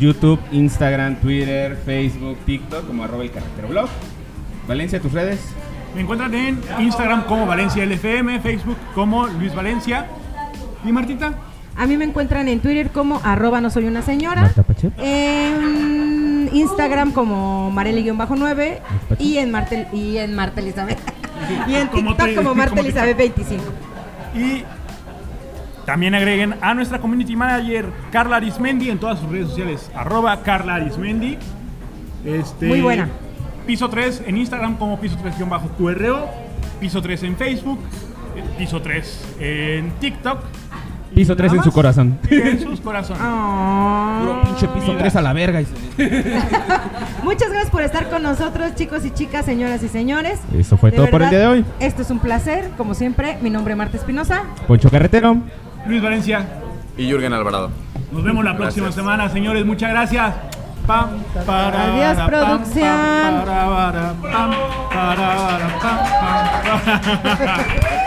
Speaker 6: YouTube, Instagram, Twitter, Facebook, TikTok, como arroba el carretero blog. Valencia, tus redes.
Speaker 4: Me encuentran en Instagram como Valencia LFM, Facebook como Luis Valencia. ¿Y Martita?
Speaker 2: A mí me encuentran en Twitter como arroba no soy una señora.
Speaker 5: Marta Pacheco.
Speaker 2: En Instagram como Marely-9 y en Martel y en Marta Elizabeth. (laughs) Y en
Speaker 4: Como
Speaker 2: TikTok
Speaker 4: te-
Speaker 2: como Marta
Speaker 4: como te-
Speaker 2: Elizabeth 25.
Speaker 4: Y también agreguen a nuestra community manager Carla Arismendi en todas sus redes sociales. Arroba Carla Arismendi. Este,
Speaker 2: Muy buena.
Speaker 4: Piso 3 en Instagram como piso 3-QRO. Piso 3 en Facebook. eh, Piso 3 en TikTok. y
Speaker 5: Piso 3
Speaker 4: nada
Speaker 5: en su
Speaker 4: más.
Speaker 5: corazón.
Speaker 4: Y en
Speaker 2: (laughs)
Speaker 4: sus corazones.
Speaker 2: Ah.
Speaker 5: pinche piso 3 a la verga.
Speaker 2: Muchas gracias por estar con nosotros, chicos y chicas, señoras y señores.
Speaker 5: Eso fue
Speaker 2: De
Speaker 5: todo por el
Speaker 2: verdad,
Speaker 5: día de hoy.
Speaker 2: Esto es un placer, como siempre. Mi nombre es Marta Espinosa.
Speaker 5: Poncho Carretero.
Speaker 4: Luis Valencia,
Speaker 3: Y Jürgen Alvarado.
Speaker 4: nos vemos la próxima
Speaker 3: Gracias.
Speaker 4: semana, señores. Muchas gracias. Pam, para,
Speaker 2: Adiós,
Speaker 4: pam,
Speaker 2: producción.
Speaker 4: pam, para, para, pam, para, para, pam, pam, para.